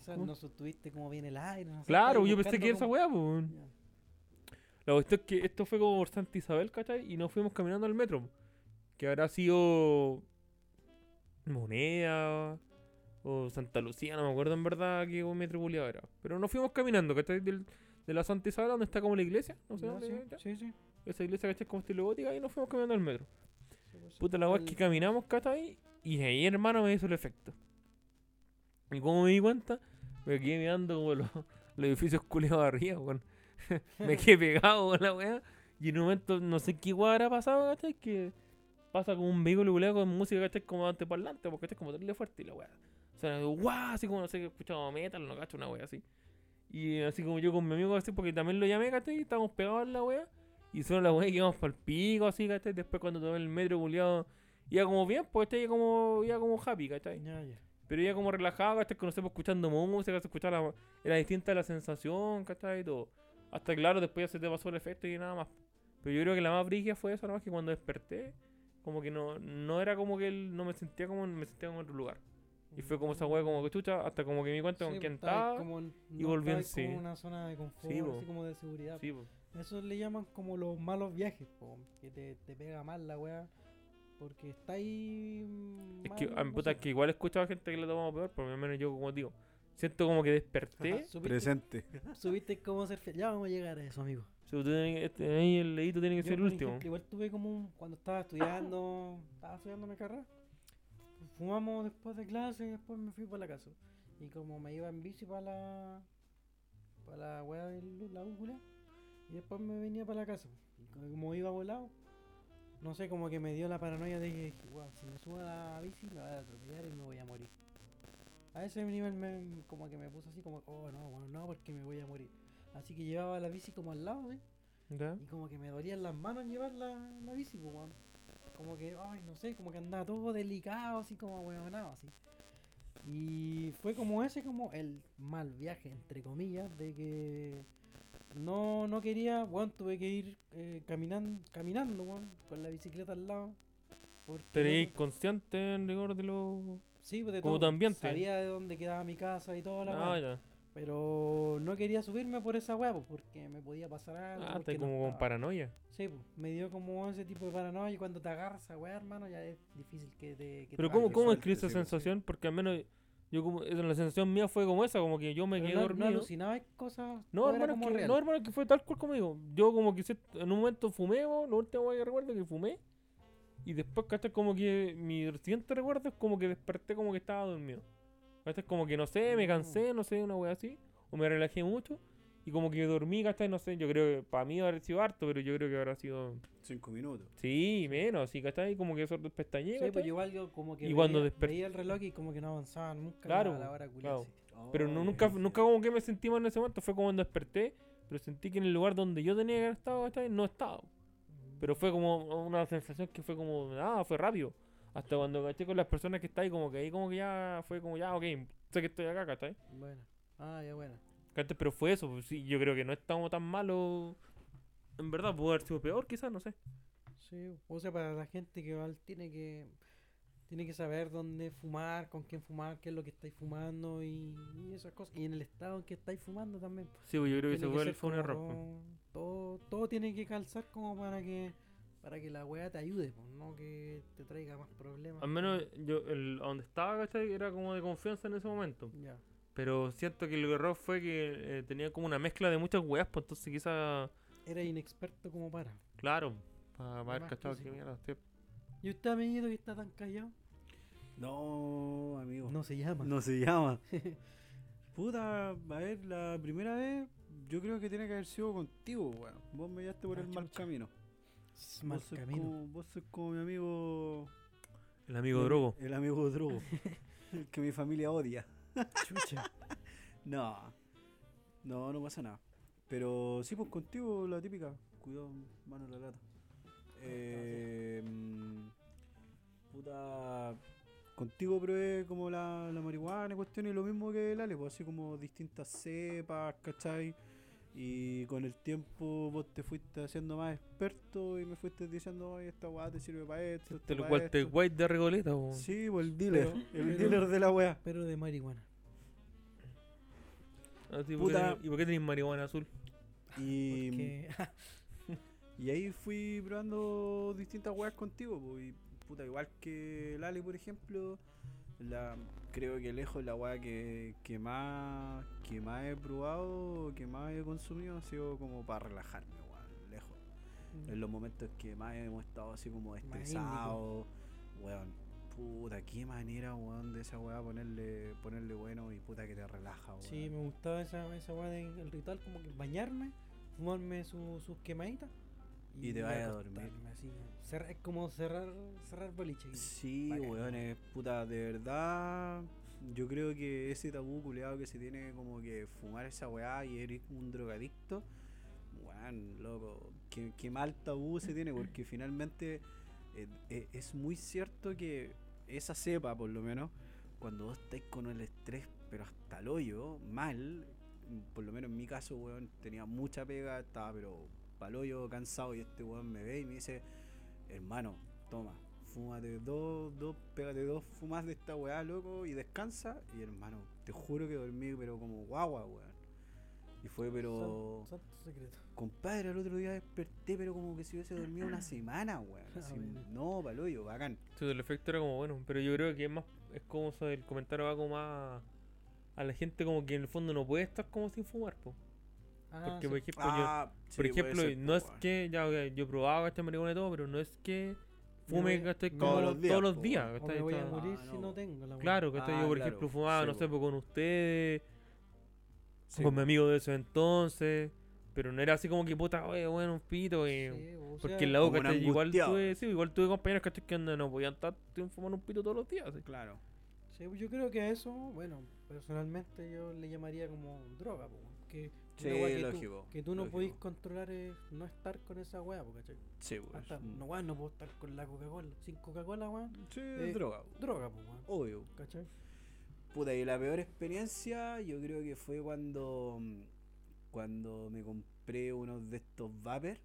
O sea,
¿Cómo?
no sostuviste como bien el aire. No sé,
Claro,
estabas
yo pensé
buscando
que era esa
como-
weá, pues.
Ya.
La cuestión es que esto fue como por Santa Isabel, ¿cachai? Y nos fuimos caminando al metro. po. Que habrá sido. Moneda. O Santa Lucía, no me acuerdo en verdad qué metro culiao era. Pero nos fuimos caminando, ¿cachai? Del- de la Santa Isabel, donde está como la iglesia. No sé
Ya,
dónde.
sí,
ya.
sí, sí.
Esa iglesia, ¿cachai? Como estilo gótica. Y nos fuimos caminando al metro.
Sí, pues,
Puta la weá es que caminamos, ¿cachai? Y ahí, hermano, me hizo el efecto. Y como me di cuenta, me quedé mirando como los, los edificios culeados arriba, weón. (laughs) me quedé pegado con la weá. Y en un momento, no sé qué weá habrá pasado, ¿cachai? Que pasa como un vehículo culeado con música, ¿cachai? Como anteparlante, porque este es como terrible fuerte y la weá. Suena como, guau, así como no sé, escuchaba metal, no cacho, una weá así. Y así como yo con mi amigo, así, porque también lo llamé, ¿cachai? Y estábamos pegados en la weá. Y solo la weá y quedamos para el pico, así, ¿cachai? Después cuando tomé el metro culiado, iba como bien, pues este iba como, iba como happy, ¿cachai?
Ya, ya.
Pero iba como relajado, ¿cachai? Que no sé, pues, escuchando música, se escuchaba la- era distinta la sensación, ¿cachai? Y todo. Hasta claro, después ya se te pasó el efecto y nada más. Pero yo creo que la más brígida fue eso, nada más que cuando desperté, como que no, no era como que el- no me sentía como, me sentía como en otro lugar. Y fue como esa weá como que chucha, hasta como que me di cuenta
Sí,
con quién
estabas
estaba.
como en-
y
no,
volví en
estabas como
sí.
en una zona de confort,
Sí, po.
así como de seguridad.
Sí, pues.
Eso le llaman como los malos viajes, po, que te, te pega mal la weá. Porque está ahí. mm,
Es que,
mal,
ah,
no
puta,
sé.
es que igual he escuchado a gente que lo tomaba peor, por lo menos yo, como digo, siento como que desperté.
Ajá, subiste,
Presente.
subiste como ser fiel. Ya vamos a llegar a eso, amigo.
si tú tenés- este, ahí el leíto tiene que
Yo,
ser el
por
último.
ejemplo, igual tuve como un- cuando estaba estudiando, estaba estudiando mi carrera. Fumamos después de clase y después me fui para la casa. Y como me iba en bici para la para la weá de la úcula y después me venía para la casa. Y co- como iba volado, no sé, como que me dio la paranoia de que "Guau, si me subo a la bici me van a atropellar y me voy a morir. A ese nivel me, como que me puse así como, oh no, bueno, no, porque me voy a morir. Así que llevaba la bici como al lado, ¿sí?
¿Ya?
Y como que me dolían las manos en llevar la, la bici, pues, weón. Como que, ay, no sé, como que andaba todo delicado, así como weonado, así. Y fue como ese, como el mal viaje, entre comillas, de que no, no quería, weón, tuve que ir caminando, caminando, weón, con la bicicleta al lado. porque
¿Te
no-
eres consciente en rigor de lo...?
Sí, pues de
como
todo.
tu ambiente?
Sabía de dónde quedaba mi casa y toda la weá.
Ah, ya.
Pero no quería subirme por esa hueá, pues, porque me podía pasar algo.
Ah,
porque
estás
no
como con
estaba-
paranoia.
Sí, pues, me dio como ese tipo de paranoia y cuando te agarras esa weá, hermano, ya es difícil que te... que te
Pero ¿cómo,
bajes.
cómo
suerte,
escribes esa
sí, pues, sí.
sensación? Porque al menos yo como, esa- la sensación mía fue como esa, como que yo me
Pero
quedé
no, no
dormido.
alucinabas cosas...
No,
todo era
hermano, es
como
que,
real.
no, hermano, es que fue tal cual como digo. Yo como que cier- en un momento fumé, weón, lo último weón que recuerdo es que fumé. Y después, ¿cachai? Como que mi siguiente recuerdo es como que desperté como que estaba dormido. ¿Cachai? Como que no sé,
Mm.
me cansé, no sé, una wea así. O me relajé mucho. Y como que dormí, ¿cachai? No sé, yo creo que para mí habrá sido harto, pero yo creo que habrá sido...
Cinco minutos.
Sí, menos, sí, ¿cachai? Como que eso pestañeo.
Sí, pues yo igual yo como que
Y cuando
veía,
desper-
veía el reloj y como que no avanzaban nunca
Claro,
a la hora culiá,
claro.
sí.
Pero
Oh,
no, nunca, nunca como que me sentí mal en ese momento. Fue como cuando desperté, pero sentí que en el lugar donde yo tenía que haber estado, ¿cachai? no estaba. Pero fue como una sensación que fue como, nada, fue rápido. Hasta cuando caché con las personas que está ahí, como que ahí como que ya fue como ya, ok, sé que estoy acá, ¿cachai?
Bueno, ah, ya bueno.
Antes, pero fue eso, pues, sí, yo creo que no estamos tan malos. En verdad, pudo haber sido peor, quizás, no sé.
Sí, o sea, para la gente que va al- tiene que tiene que saber dónde fumar, con quién fumar, qué es lo que estáis fumando y, y esas cosas. Y en el estado en que estáis fumando también. pues.
Sí, pues, yo creo que eso
Tiene
fue,
ser
fue un
como
error. pues.
Todo, todo, todo tiene que calzar como para que para que la weá te ayude, pues, no que te traiga más problemas.
Al menos yo, el, a donde estaba, ¿cachai? Era como de confianza en ese momento.
Ya.
Pero siento que el error fue que eh, tenía como una mezcla de muchas weas, pues entonces quizá,
Era inexperto como para.
claro, para
Además
haber
que
cachado
sí,
que
pues.
mierda, estoy-
¿Y usted, amiguito, que está tan callado?
No, amigo.
No se llama.
No se llama. (laughs) Puta, a ver, la primera vez yo creo que tiene que haber sido contigo, weón. Vos me llevaste por
Ah,
el mal
chucha.
camino.
Es mal
vos sos
camino.
Como, vos sos como mi amigo.
El amigo
mi-
drogo.
El
(laughs)
amigo Drogo. el que mi familia odia.
Chucha.
No. No, no pasa nada. Pero sí, pues contigo la típica. Cuidado, mano en la lata. Eh, mm, puta. Contigo probé como la, la marihuana y cuestiones, lo mismo que el Ale, pues así como distintas cepas, ¿cachai? Y con el tiempo vos te fuiste haciendo más experto y me fuiste diciendo, oye, esta weá te sirve para esto. esta
Te lo
pa'
Walter
esto".
White de Regoleta, po.
Sí, pues el dealer,
Pero-
el
pero-
dealer de la weá.
Pero de marihuana.
Ah, sí, ¿por qué
Puta.
tenés- ¿Y por qué tenés marihuana azul?
Y.
Porque-
Y ahí fui probando distintas weas contigo, po, y puta, igual que Lali, por ejemplo, la, creo que lejos la wea que, que más que más he probado, que más he consumido, ha sido como para relajarme, weón, lejos.
(laughs) Mm.
En los momentos que más hemos estado así como
índigo.
estresados, weón, puta, qué manera, weón, de esa wea ponerle, ponerle bueno y puta que te relaja, weón.
Sí, me gustaba esa, esa weá del ritual, como que bañarme, fumarme su- sus quemaditas.
Y te vayas a dormir.
acostarme así. Cerra- es como cerrar, cerrar boliche.
Sí,
Bacán.
weón, es puta, de verdad. Yo creo que ese tabú culeado que se tiene como que fumar esa weá y eres un drogadicto, weón, loco, qué, qué mal tabú se tiene, porque finalmente eh, eh, es muy cierto que esa cepa, por lo menos, cuando vos estáis con el estrés, pero hasta el hoyo, mal, por lo menos en mi caso, weón, tenía mucha pega, estaba pero pa'l hoyo, cansado, y este weón me ve y me dice, hermano, toma, fúmate dos, dos, pégate dos fumas de esta weá, loco, y descansa, y hermano, te juro que dormí, pero como guagua, weón. Y fue, pero...
San- santo secreto.
Compadre, al otro día desperté, pero como que si hubiese
(laughs)
dormido una semana, weón.
Ah,
Así,
bueno.
no, paloyo, bacán.
Sí, el efecto era como bueno, pero yo creo que es más, es como eso, el comentario va como más a la gente como que en el fondo no puede estar como sin fumar, po.
Ah,
Porque
sí.
por ejemplo yo...
Ah, sí,
Por
puede
ejemplo,
ser,
no
po,
es
weón.
que ya, ok, yo probaba este marihuana y todo, pero no es que
voy
fume
a-
¿cachai?
me
como
voy a-
todos los días.
todos los días,
O
¿cachai?
me voy a
Estaba-
morir
Ah,
si
no,
no
po.
tengo la weá.
Claro, que
Ah,
yo, por
claro,
ejemplo, fumaba,
sí,
no sé,
po.
pues, con ustedes,
Sí,
con mi amigo de esos entonces, pero no era así como que puta, oye, bueno, un pito,
Sí,
y-
o
pues, porque
sea,
en la boca,
como un
igual
angustiado.
tuve, sí, igual tuve compañeros ¿cachai? que no no podían estar fumando un pito todos los días. así.
Claro.
pues, sí, yo creo que a eso, bueno, personalmente yo le llamaría como droga, po, weón, que
Sí,
Una weá que tú-
lógico.
que tú no
lógico.
podís controlar es no estar con esa weá, po, ¿cachai?
Sí, pues.
Hasta,
mm.
no, weón, no puedo estar con la Coca-Cola. Sin Coca-Cola, weón,
Sí,
eh,
droga.
droga, pues, weón.
Obvio.
¿Cachai?
Puta, y la peor experiencia yo creo que fue cuando mm, cuando me compré unos de estos vapers.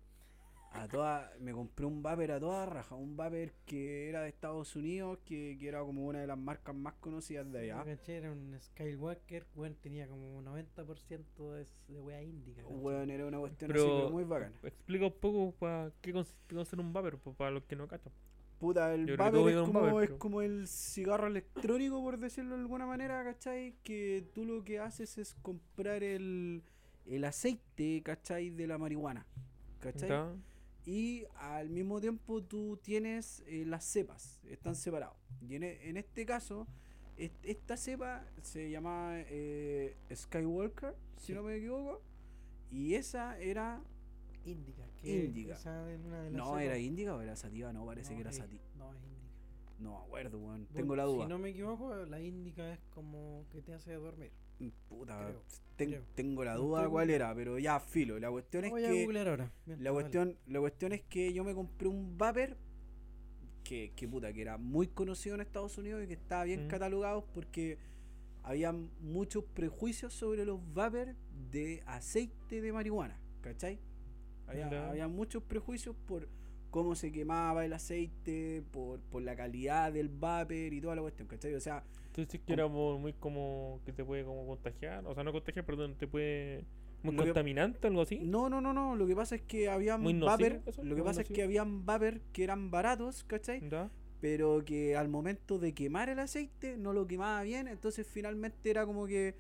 A toda, me compré un vapor a toda raja, un vapor que era de Estados Unidos, que, que era como una de las marcas más conocidas de
Yo
allá.
caché, era un Skywalker, weón, tenía como un 90% de, de weá índica. ¿cachai?
Weón, era una cuestión así,
Pero-
pero muy bacana.
Explica un poco para qué consiste hacer un vapor, po, para los que no cachan. Yo
Puta, el
creo que
vapor
todos
es
llevan
como,
vapor,
es
pero-
como el cigarro electrónico, por decirlo de alguna manera, ¿cachai? Que tú lo que haces es comprar el, el aceite, ¿cachai? De la marihuana, ¿cachai?
¿Ya?
Y al mismo tiempo tú tienes eh, las cepas, están separados. Y en, e- en este caso, est- esta cepa se llama eh, Skywalker, si no me equivoco. Y esa era...
Índica. Que
Índica.
esa es una de las
No,
cepas.
era índica o era sativa, no, parece
No,
que era
es-
sativa.
No, es índica.
No me acuerdo, weón.
Bueno,
Tengo la duda.
Si no me equivoco, la índica es como que te hace dormir.
Puta,
Creo,
ten-
creo.
tengo la
No
duda
estoy
cuál era, pero ya filo. La cuestión es
Voy a
que
googlear ahora.
la
mientras, dale.
cuestión, la cuestión es que yo me compré un vapor que, que puta, que era muy conocido en Estados Unidos y que estaba bien
Mm.
catalogado porque había muchos prejuicios sobre los vapor de aceite de marihuana, ¿cachai? Había,
Ya.
había muchos prejuicios por cómo se quemaba el aceite, por, por la calidad del vapor y toda la cuestión, ¿cachai? O sea,
Entonces sí que era mo- muy como que te puede como contagiar, o sea, no contagiar, perdón, te puede muy
Lo que-
contaminante algo así.
No, no, no, no. Lo que pasa es que habían
Muy nocivo,
vapor.
eso,
Lo que
muy
pasa es
nocivo.
que habían vapor que eran baratos, ¿cachai?
¿Ya?
Pero que al momento de quemar el aceite no lo quemaba bien. Entonces finalmente era como que.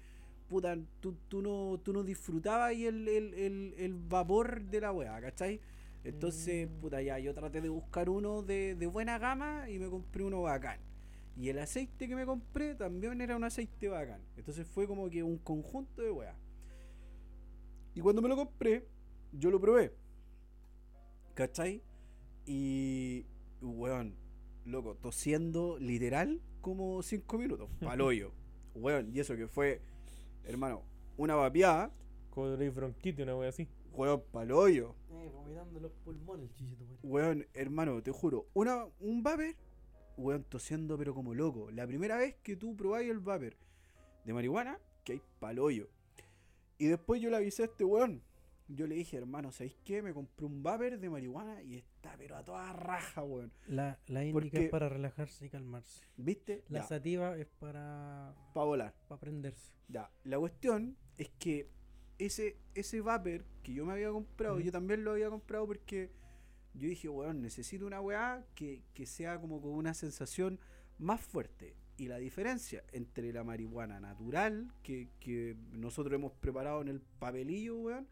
Puta, tú, tú no, tú no disfrutabas ahí el, el, el, el vapor de la wea, ¿cachai? Entonces,
Mm.
puta, ya, yo traté de buscar uno de, de buena gama y me compré uno bacán. Y el aceite que me compré también era un aceite bacán. Entonces fue como que un conjunto de weas. Y cuando me lo compré, yo lo probé. ¿Cachai? Y, weón, loco, tosiendo literal como 5 minutos. Paloyo. weón, y eso que fue, hermano, una vapeada.
Como tenéis bronquitis, una wea así.
Weón, paloyo.
Eh, vomitando los pulmones, el chichito, madre.
Weón, hermano, te juro. Una, un vapor, weón, tosiendo pero como loco. La primera vez que tú probáis el vapor de marihuana, que hay paloyo. Y después yo le avisé a este weón. Yo le dije, hermano, ¿sabéis qué? Me compré un vapor de marihuana y está pero a toda raja, weón.
La, la índica
Porque-
es para relajarse y calmarse.
¿Viste?
La
Ya,
sativa es para,
pa' volar.
para prenderse.
Ya, la cuestión es que ese, ese vapor que yo me había comprado,
Ujú.
yo también lo había comprado porque yo dije, weón, necesito una weá que, que sea como con una sensación más fuerte. Y la diferencia entre la marihuana natural que, que nosotros hemos preparado en el papelillo, weón,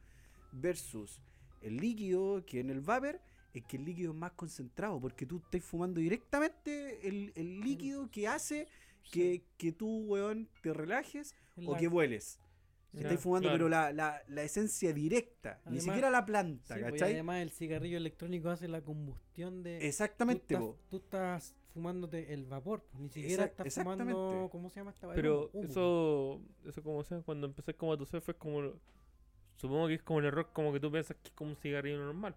versus el líquido que en el vapor es que el líquido es más concentrado porque tú estás fumando directamente el, el líquido que hace que, que tú, weón, te relajes
Es
o
la-
que vueles.
Ya,
Estáis fumando,
claro.
pero la, la, la esencia directa, ni
Además-
siquiera la planta,
Sí, pues, y
¿cachai?
además el cigarrillo electrónico hace la combustión de...
Exactamente,
tú
po.
estás, tú estás fumándote el vapor, pues, ni siquiera
Exact-
estás fumando...
exactamente.
¿Cómo se llama esta vaina?
Pero
uh.
Humo,
eso, eso como sea, cuando empecé como a toser fue como, lo- supongo que es como el error, como que tú piensas que es como un cigarrillo normal.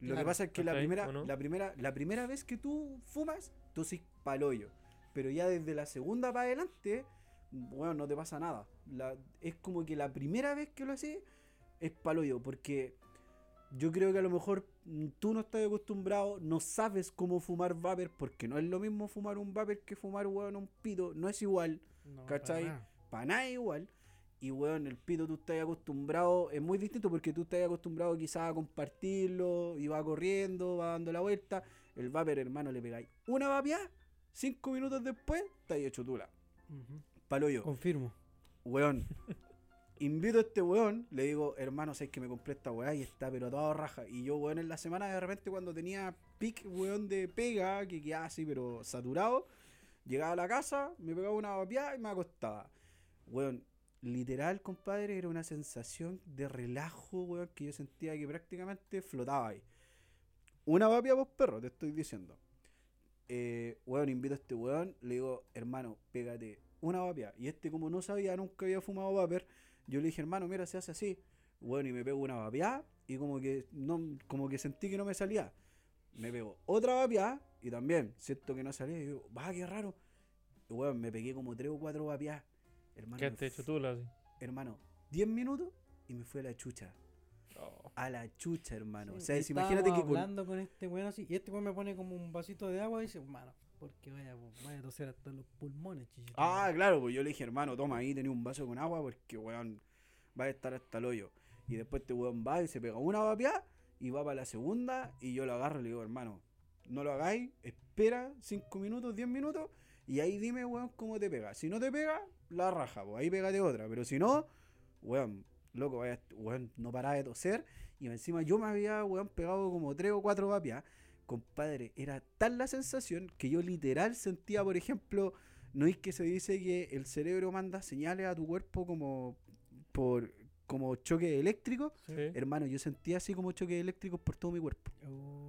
Lo que pasa es que la
¿Cachai?
primera,
¿O no?
la primera, la primera vez que tú fumas, tú sí paloyo. Pero ya desde la segunda para adelante, bueno, no te pasa nada. La- es como que la primera vez que lo haces es paloyo, porque yo creo que a lo mejor mm, tú no estás acostumbrado, no sabes cómo fumar vapor, porque no es lo mismo fumar un vapor que fumar weón, un pito, no es igual.
No, para
¿cachai?
nada.
para nada es igual. Y weón, el pito tú estás acostumbrado, es muy distinto porque tú estás acostumbrado quizás a compartirlo, y va corriendo, va dando la vuelta. El vapor, hermano, le pegáis una vapeada, cinco minutos después, estáis hecho tula.
Ujú.
Palo yo,
Confirmo.
weón. Invito a este weón, le digo, hermano, sabes que me compré esta weá y está, pero a toda raja. Y yo, weón, en la semana de repente cuando tenía pic, weón, de pega, que quedaba así, pero saturado, llegaba a la casa, me pegaba una vapeada y me acostaba. Weón, literal, compadre, era una sensación de relajo, weón, que yo sentía que prácticamente flotaba ahí. Una vapia vos, perro, te estoy diciendo. Eh, weón, invito a este weón, le digo, hermano, pégate una vapia. Y este, como no sabía, nunca había fumado vapor, yo le dije, hermano, mira, se hace así. bueno, y me pego una vapeada y como que, no, como que sentí que no me salía. Me pego otra vapeada y también siento que no salía. Y digo, va, qué raro. Y bueno, me pegué como tres o cuatro vapeadas. Hermano,
¿Qué
me
has hecho
fu-
tú, Lati?
hermano, 10 minutos y me fui a la chucha.
Oh.
A la chucha, hermano. o
Sí,
sea,
y
es- imagínate que
estábamos
con-
hablando con este weón así, y este weón me pone como un vasito de agua y dice, hermano, porque vaya, vaya a toser hasta los pulmones, chichito.
Ah, claro, pues yo le dije, hermano, toma ahí, tenía un vaso con agua porque, weón, va a estar hasta el hoyo. Y después este weón va y se pega una vapeada y va para la segunda y yo lo agarro y le digo, hermano, no lo hagáis, espera 5 minutos, 10 minutos y ahí dime, weón, cómo te pega. Si no te pega, la raja, pues ahí pégate otra. Pero si no, weón, loco, vaya, weón, no paraba de toser y encima yo me había, weón, pegado como 3 o 4 vapeadas. Compadre, era tal la sensación que yo literal sentía, por ejemplo, ¿No es que se dice que el cerebro manda señales a tu cuerpo como por como choque eléctrico?
Sí.
Hermano, yo sentía así como choque eléctricos por todo mi cuerpo.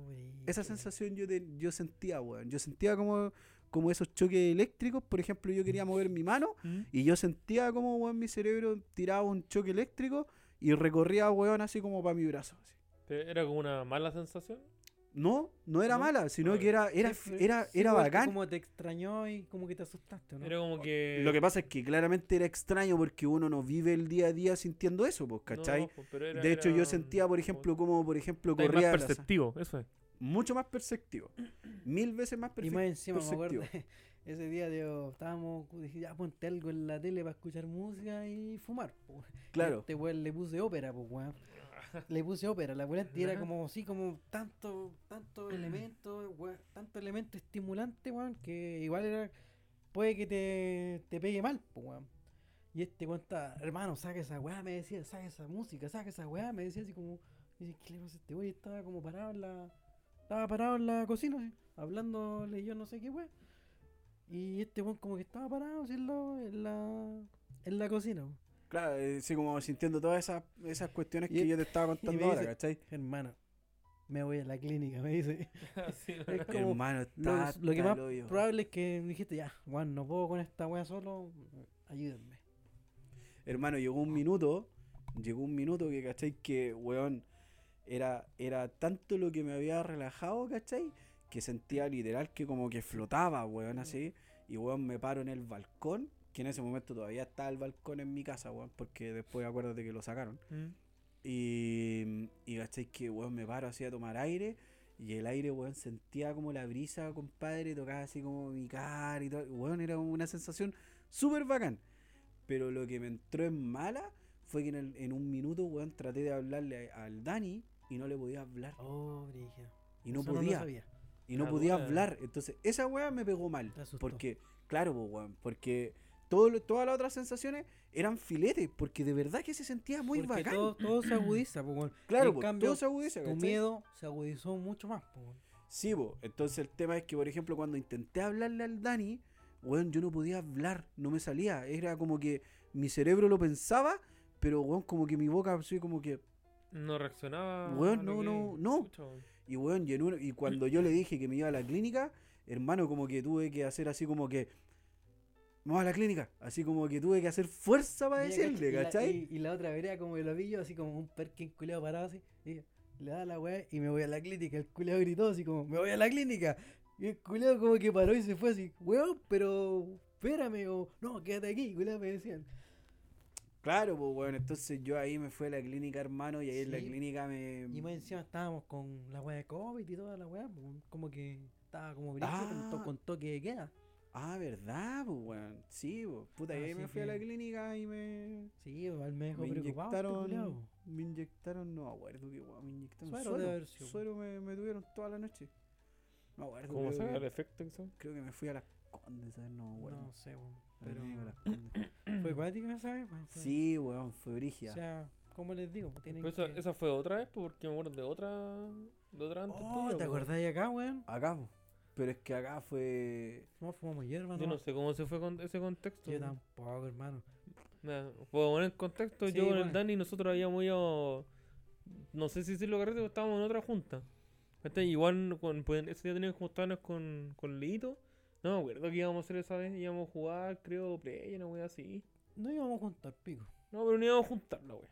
Uy,
Esa
qué-
sensación yo, te- yo sentía, weón. Yo sentía como, como esos choques eléctricos. Por ejemplo, yo quería mover mi mano
¿Mm?
y yo sentía como, weón, mi cerebro tiraba un choque eléctrico y recorría, weón, así como para mi brazo. así.
¿Te- ¿Era como una mala sensación?
No, no era
No,
mala, sino
ah,
que era, era,
Sí, fue-
era,
sí,
era
igual que
bacán.
Como te extrañó y como que te asustaste, ¿no?
Era como que...
Lo que pasa es que claramente era extraño porque uno no vive el día a día sintiendo eso, pues,
No,
¿cachai?
pues, pero era-
de hecho,
era-
yo sentía, por ejemplo, como, por ejemplo,
Estáis
corría
más
la-
perceptivo,
(laughs)
eso es.
mucho más perceptivo. Mil veces más
Y
perceptivo.
más encima, me acuerdo,
perceptivo.
(laughs) ese día yo estábamos, dije, ya ponte algo en la tele para escuchar música y fumar. po".
Claro.
Este weón le puse ópera, pues weón. Le puse ópera, la weón era
Ajá.
como así, como tanto, tanto elemento, weón, tanto elemento estimulante, weón, que igual era, puede que te, te pegue mal, pues weón. Y este weón estaba, hermano, saca esa weá, me decía, saca esa música, saca esa weá, me decía así como, y dice, ¿qué le pasa a este weón? Y Estaba como parado en la, estaba parado en la cocina, así, hablándole yo no sé qué weón. Y este weón como que estaba parado así, en la, en la, en la cocina, weón.
Claro, eh, sí, como sintiendo todas esas, esas cuestiones
Y-
que yo te estaba
y
contando
me
ahora,
dice-
¿cachai?
hermano, me voy a la clínica, me dice.
Así, ¿no?
Es como,
Hermano,
lo,
está
lo que
hasta
más
el hoyo.
probable es que dijiste, ya, Juan, no puedo con esta wea solo, ayúdenme.
Hermano, llegó un minuto, llegó un minuto que, ¿cachai? Que, weón, era, era tanto lo que me había relajado, ¿cachai? Que sentía literal que como que flotaba, weón, así. Y, weón, me paro en el balcón, que en ese momento todavía estaba el balcón en mi casa, weón, porque después acuérdate que lo sacaron.
¿Mm?
Y, y ¿cachai? que, weón, me paro así a tomar aire. Y el aire, weón, sentía como la brisa, compadre, tocaba así como mi cara y todo. Weón, era una sensación súper bacán. Pero lo que me entró en mala fue que en, el- en un minuto, weón, traté de hablarle a- al Dani y no le podía hablar.
Oh, brija.
Y no
Eso lo
podía.
sabía.
y no
Ah,
podía
dura.
hablar. Entonces, esa weá me pegó mal.
Te asustó.
Porque, claro, po, weón, porque todo, lo- todas las otras sensaciones eran filetes. Porque de verdad que se sentía muy
Porque
bacán.
todo, todo se agudiza, pues, weón.
claro,
en
po,
cambio,
todo se agudiza,
Tu
¿cachai?
miedo se agudizó mucho más, pues, weón.
Sí, po. entonces el tema es que, por ejemplo, cuando intenté hablarle al Dani, weón, yo no podía hablar, no me salía. Era como que mi cerebro lo pensaba, pero weón, como que mi boca así como que.
(laughs) No reaccionaba.
Weón,
a lo
no,
que-
no, no.
Chucha, weón.
Y weón, y, en una- y cuando yo le dije que me iba a la clínica, hermano, como que tuve que hacer así como que. Vamos a la clínica. Así como que tuve que hacer fuerza para
Mira, cacha- y
decirle,
la-
¿cachai?
Y, y la otra vereda como que lo vi yo, así como un perkin culeado parado así, y le da la weá y me voy a la clínica. El culeado gritó así como, me voy a la clínica. Y el culeado como que paró y se fue así, weón, pero espérame, o no, quédate aquí, culeado me decían.
Claro, pues weón, entonces yo ahí me fui a la clínica, hermano, y ahí en la
Sí.
clínica me.
Y más encima estábamos con la weá de COVID y toda la weá, pues, como que estaba como
Ah.
brillante con, to- con toque de queda.
Ah, verdad, pues, weón. Sí, pues. Puta, y ahí
Así
me fui a la
que-
clínica y me.
Sí, igual me dejó
Me
preocupado. este culiao.
inyectaron. Me inyectaron, no me acuerdo qué weón. Me inyectaron
Suero
suero.
debe
Suero,
haber sido.
me, me tuvieron toda la noche. No me acuerdo.
¿Cómo
creo
saca el
que-
efecto que son?
Creo que me fui a las condes, ¿sabes? No,
No
weón.
sé, weón,
Pero...
pero fue cuática, ¿sabes?
Sí, weón, fue
O
brígida.
sea, como les digo, pues, tienen
Pero esa,
que-
esa fue otra vez, pues, porque me acuerdo de otra. De otra antes.
Oh,
tuya,
¿te
pues.
acordás de acá, weón?
Acá, po. Pero es que acá fue.
No fumamos hierba,
Yo
no.
no sé cómo se fue con ese contexto.
Yo
weón.
tampoco, hermano.
Nada, puedo poner en contexto,
Sí,
yo con
bueno.
el Dani nosotros habíamos ido, no sé si decirlo carrete, pero estábamos en otra junta. ¿Cachai? Igual con, pues, ese día teníamos que juntarnos con, con Leito. No me acuerdo qué íbamos a hacer esa vez, íbamos a jugar, creo, play, una wea así.
No íbamos juntos al pico.
No, pero no íbamos a juntarla, wea.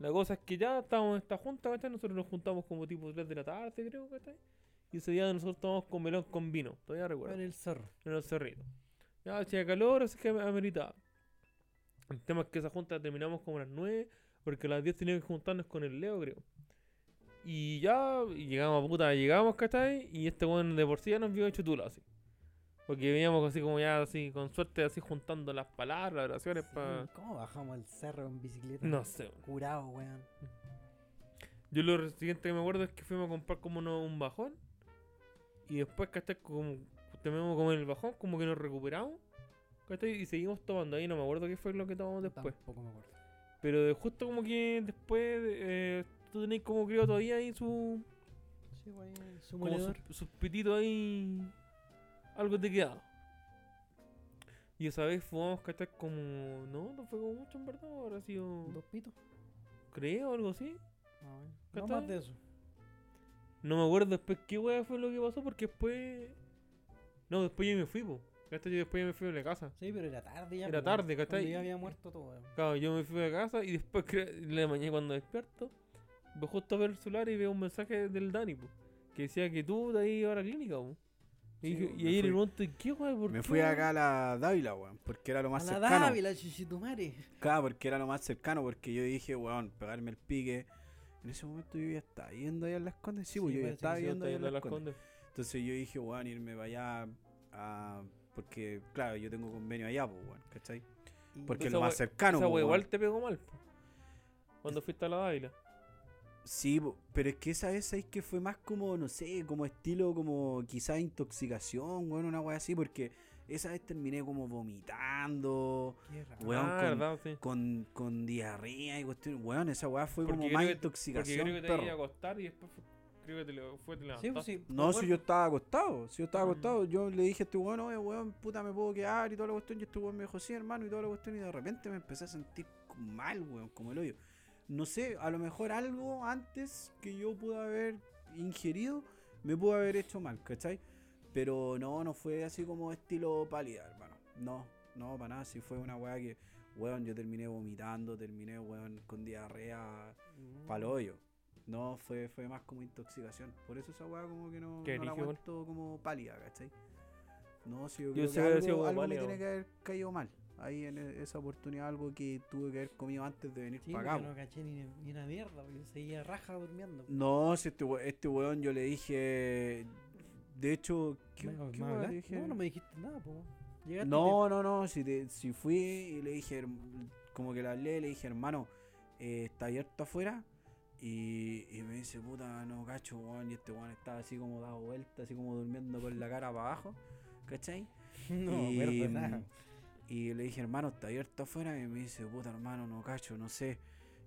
La cosa es que ya estamos en esta junta, ¿cachai? Nosotros nos juntamos como tipo 3 de la tarde, creo, ¿cachai? Y ese día nosotros tomamos con melón con vino, todavía recuerdo
En el cerro.
en el cerrito. Ya hacía calor, así que ameritaba. El tema es que esa junta la terminamos como a las 9, porque a las 10 teníamos que juntarnos con el Leo, creo. Y ya y llegamos a puta, llegamos, ¿cachai? Y este weón de por sí ya nos vio hecho tula, así. Porque veníamos así como ya, así, con suerte, así juntando las palabras, las oraciones para...
¿Cómo bajamos el cerro en bicicleta?
No sé, weón.
Curado, weón.
Yo lo siguiente que me acuerdo es que fuimos a comprar como uno- un bajón. Y después, ¿cachai? Como terminamos como en el bajón, como que nos recuperamos. ¿Cachai? Y seguimos tomando ahí, no me acuerdo qué fue lo que tomamos después.
Tampoco me acuerdo.
Pero de- justo como que después eh, tú tenés como creo todavía ahí su.
Sí,
pues,
weón. Su
Como
moledor.
sus, sus pititos ahí. Algo te quedaba. Y esa vez fumamos, ¿cachai? Como. No, no fue como mucho en verdad, habrá sido.
Dos pitos.
Creo, algo así.
Ah, bueno.
¿Cachai?
No más de eso.
No me acuerdo después qué weá fue lo que pasó porque después. No, después yo me fui, po. ¿Cachai? Yo después yo me fui a la casa.
Sí, pero era tarde ya.
Era
pues, weón.
tarde, ¿cachai?
Cuando Ya había muerto todo, weón.
Claro, yo me fui a la casa y después creo- en la mañana cuando despierto, veo justo a ver el celular y veo un mensaje del Dani, po. Que decía que tú te ibas a la clínica, po. Y,
Sí,
dije-
po,
y
me
ahí le
fui.
pregunto, "¿Y ¿qué weá? ¿Por
Me
qué,
fui
weón?"
acá a la Dávila, weón, porque era lo más
a la
cercano.
Dávila, chichitumare.
Claro, porque era lo más cercano, porque yo dije, weón, pegarme el pique. En ese momento yo ya estaba yendo allá en las condes. Sí, pues
Sí,
yo ya
parece que
estaba
sí,
Sí,
yendo
está
allá en
yendo a
las
las
condes.
Condes.
Entonces yo dije, weón, irme para allá a- Porque, claro, yo tengo convenio allá, pues, weón, ¿cachai? Porque es
esa
lo más
we-
cercano,
Esa
pues,
weá
weón.
igual te pegó mal, po. Cuando fuiste a la Dávila.
Sí, po, pero es que esa vez es que fue más como, no sé, como estilo, como quizás intoxicación, weón, una weá así, porque esa vez terminé como vomitando,
Qué raro.
weón,
ah,
con,
verdad, sí.
con, con diarrea y cuestiones. Weón, esa weá fue
Porque
como
creo
más
que- Porque
intoxicación,
creo que te
perro.
iba a acostar y después fue- creo que te, lo- fue, te
Sí,
levantaste.
pues sí.
No, si yo estaba acostado, si yo estaba
Mm.
acostado, yo le dije a este weón, oye, weón, puta, me puedo quedar y toda la cuestión, y este weón me dijo, sí, hermano, y toda la cuestión, y de repente me empecé a sentir mal, weón, como el hoyo. No sé, a lo mejor algo antes que yo pude haber ingerido, me pudo haber hecho mal, ¿cachai? Pero no, no fue así como estilo pálida, hermano. No, no, para nada, sí fue una weá que, weón, yo terminé vomitando, terminé, weón, con diarrea
Mm.
pa'l hoyo. No, fue, fue más como intoxicación. Por eso esa weá como que no,
Qué
no
brígido,
la
igual.
aguanto como pálida, ¿cachai? No, si yo
Yo
creo
sé que
que
había
algo,
sido como
algo me
pálida,
tiene
weón.
que haber caído mal. Ahí en e- esa oportunidad algo que tuve que haber comido antes de venir
Sí, pues,
para acá.
yo no
po.
caché ni, ni una mierda, porque seguía raja durmiendo.
No, si este, we- este weón yo le dije... De hecho, ¿qué,
Me-
qué
me
weá le
hablaste.
dije?
No, no me dijiste nada, po. Llegaste
No, no, no. Si, te- si fui y le dije, herm- como que la hablé, y le dije, hermano, eh, está abierto afuera. Y, y me dice, puta, no cacho, weón. Y este weón estaba así como dado vuelta, así como durmiendo con la cara para abajo, ¿cachai?
y te- (laughs) no me
y,
acuerdo
(laughs)
nada.
Y le dije, hermano, está abierto afuera. Y me dice, puta, hermano, no cacho, no sé.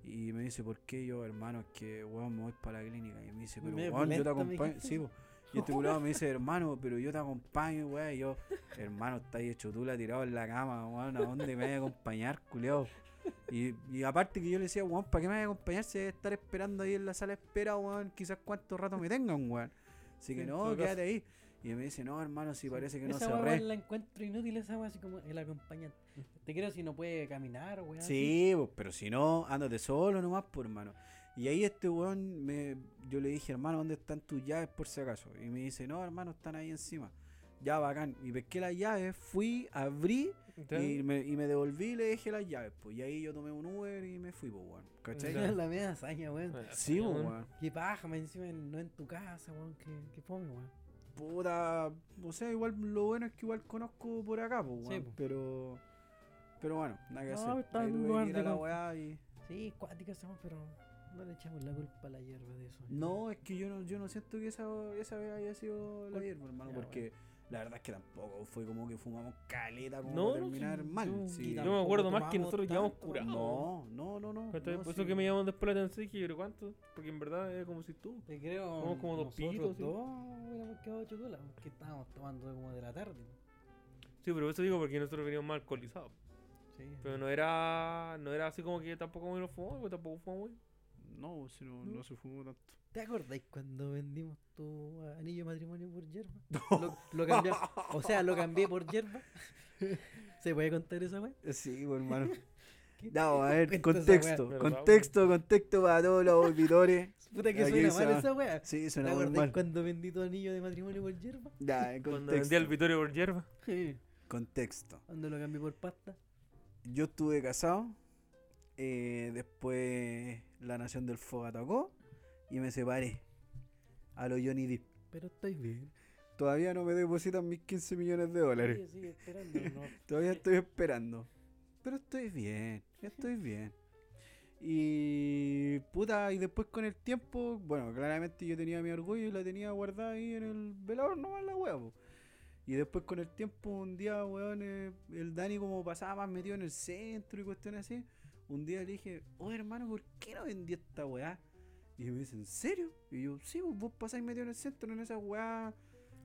Y me dice, ¿por qué yo, hermano? Es que, weón, me voy para la clínica. Y me dice, pero,
Me
weón, yo te
violento, me
acompaño.
dijiste.
Sí, po. Y este culado me dice, hermano, pero yo te acompaño, weón. Y yo, hermano, estáis hecho tú la tirado en la cama, weón. ¿A dónde me vas a acompañar, culeado? Y, y aparte que yo le decía, weón, ¿para qué me vas a acompañar si debe estar esperando ahí en la sala de espera, weón? Quizás cuánto rato me tengan, weón. Así que
En
no,
todo caso.
quédate ahí. Y me dice, no, hermano, si parece que no
esa
se
weá,
re.
weón, la encuentro inútil, esa weá, así como el acompañante. Te creo si no puede caminar, weón. así.
Sí, pues, pero si no, ándate solo nomás, por hermano. Y ahí este weón, me, yo le dije, hermano, ¿dónde están tus llaves por si acaso? Y me dice, no, hermano, están ahí encima. Ya, bacán. Y pesqué las llaves, fui, abrí
Ya.
y me, y me devolví y le dejé las llaves. Pues, y ahí yo tomé un Uber y me fui, pues, weón.
(laughs)
¿Cachai?
Ya.
la media hazaña, weón.
Ah,
Sí, pues,
weón.
weón.
Qué paja, más encima en- no en tu casa, weón. Qué, qué fome, weón.
Puta, o sea, igual lo bueno es que igual conozco por acá, pues,
Sí,
weón.
pues.
Pero, pero bueno, nada que
No,
hacer.
está
Ahí
en
tuve que
lugar
ir
de
a la
conf-
weá y...
Sí, cuática esa weá, pero no le echamos la culpa a la hierba de eso.
No, es que yo no, yo no siento que esa, esa vez haya sido la
Col-
hierba, hermano,
Ya,
porque la verdad es que tampoco fue como que fumamos caleta como
No,
para
no,
terminar
sí,
mal.
yo-
sí.
Yo me acuerdo más que
tomamos
nosotros llegamos
tanto,
curados.
No, no, no, no.
¿Cachai?
no,
Por eso
sí.
que me llaman después la atención y que yo creo cuánto, porque en verdad es como si tú.
Te creo.
Somos como dos
nosotros
pitos, sí.
dos hubiéramos quedado chocola, porque estábamos tomando como de la tarde.
Sí, pero eso digo porque nosotros veníamos más alcoholizados.
Sí.
Pero no era no era así como que tampoco me lo fumamos, porque tampoco fumamos. güey.
No, si no, no se fumó tanto.
¿Te acordáis cuando vendimos tu anillo de matrimonio por hierba? Lo, lo cambiamos.
(laughs)
O sea, lo cambié por hierba. ¿Se puede contar esa weá?
(laughs)
Sí, pues, hermano. No, a ver,
cuenta esa
contexto,
weá?
contexto, contexto para todos los auditores.
Puta que
Aquí
suena
se
mal
va.
esa weá.
Sí,
¿Te
suena muy
acordás
mal.
cuando vendí tu anillo de matrimonio por hierba?
Ya, en
Cuando vendí
contexto,
al Vittorio por hierba.
contexto.
Cuando lo cambié por pasta.
Yo estuve casado, eh, después la Nación del Fuego atacó y me separé a los Johnny Depp.
Pero estoy bien.
Todavía no me depositan mis 15 millones de
Sigue,
dólares.
sigue esperando. (laughs) No.
Todavía estoy esperando. Pero estoy bien, estoy bien. Y puta, y después con el tiempo, bueno, claramente yo tenía mi orgullo y la tenía guardada ahí en el velador nomás la hueá, po. Y después con el tiempo, un día, weón, eh, el Dani como pasaba más metido en el centro y cuestiones así. Un día le dije, oye hermano, ¿por qué no vendí esta weá? Y me dice, ¿en serio? Y yo, sí, pues, vos pasáis metido en el centro, en esa weá.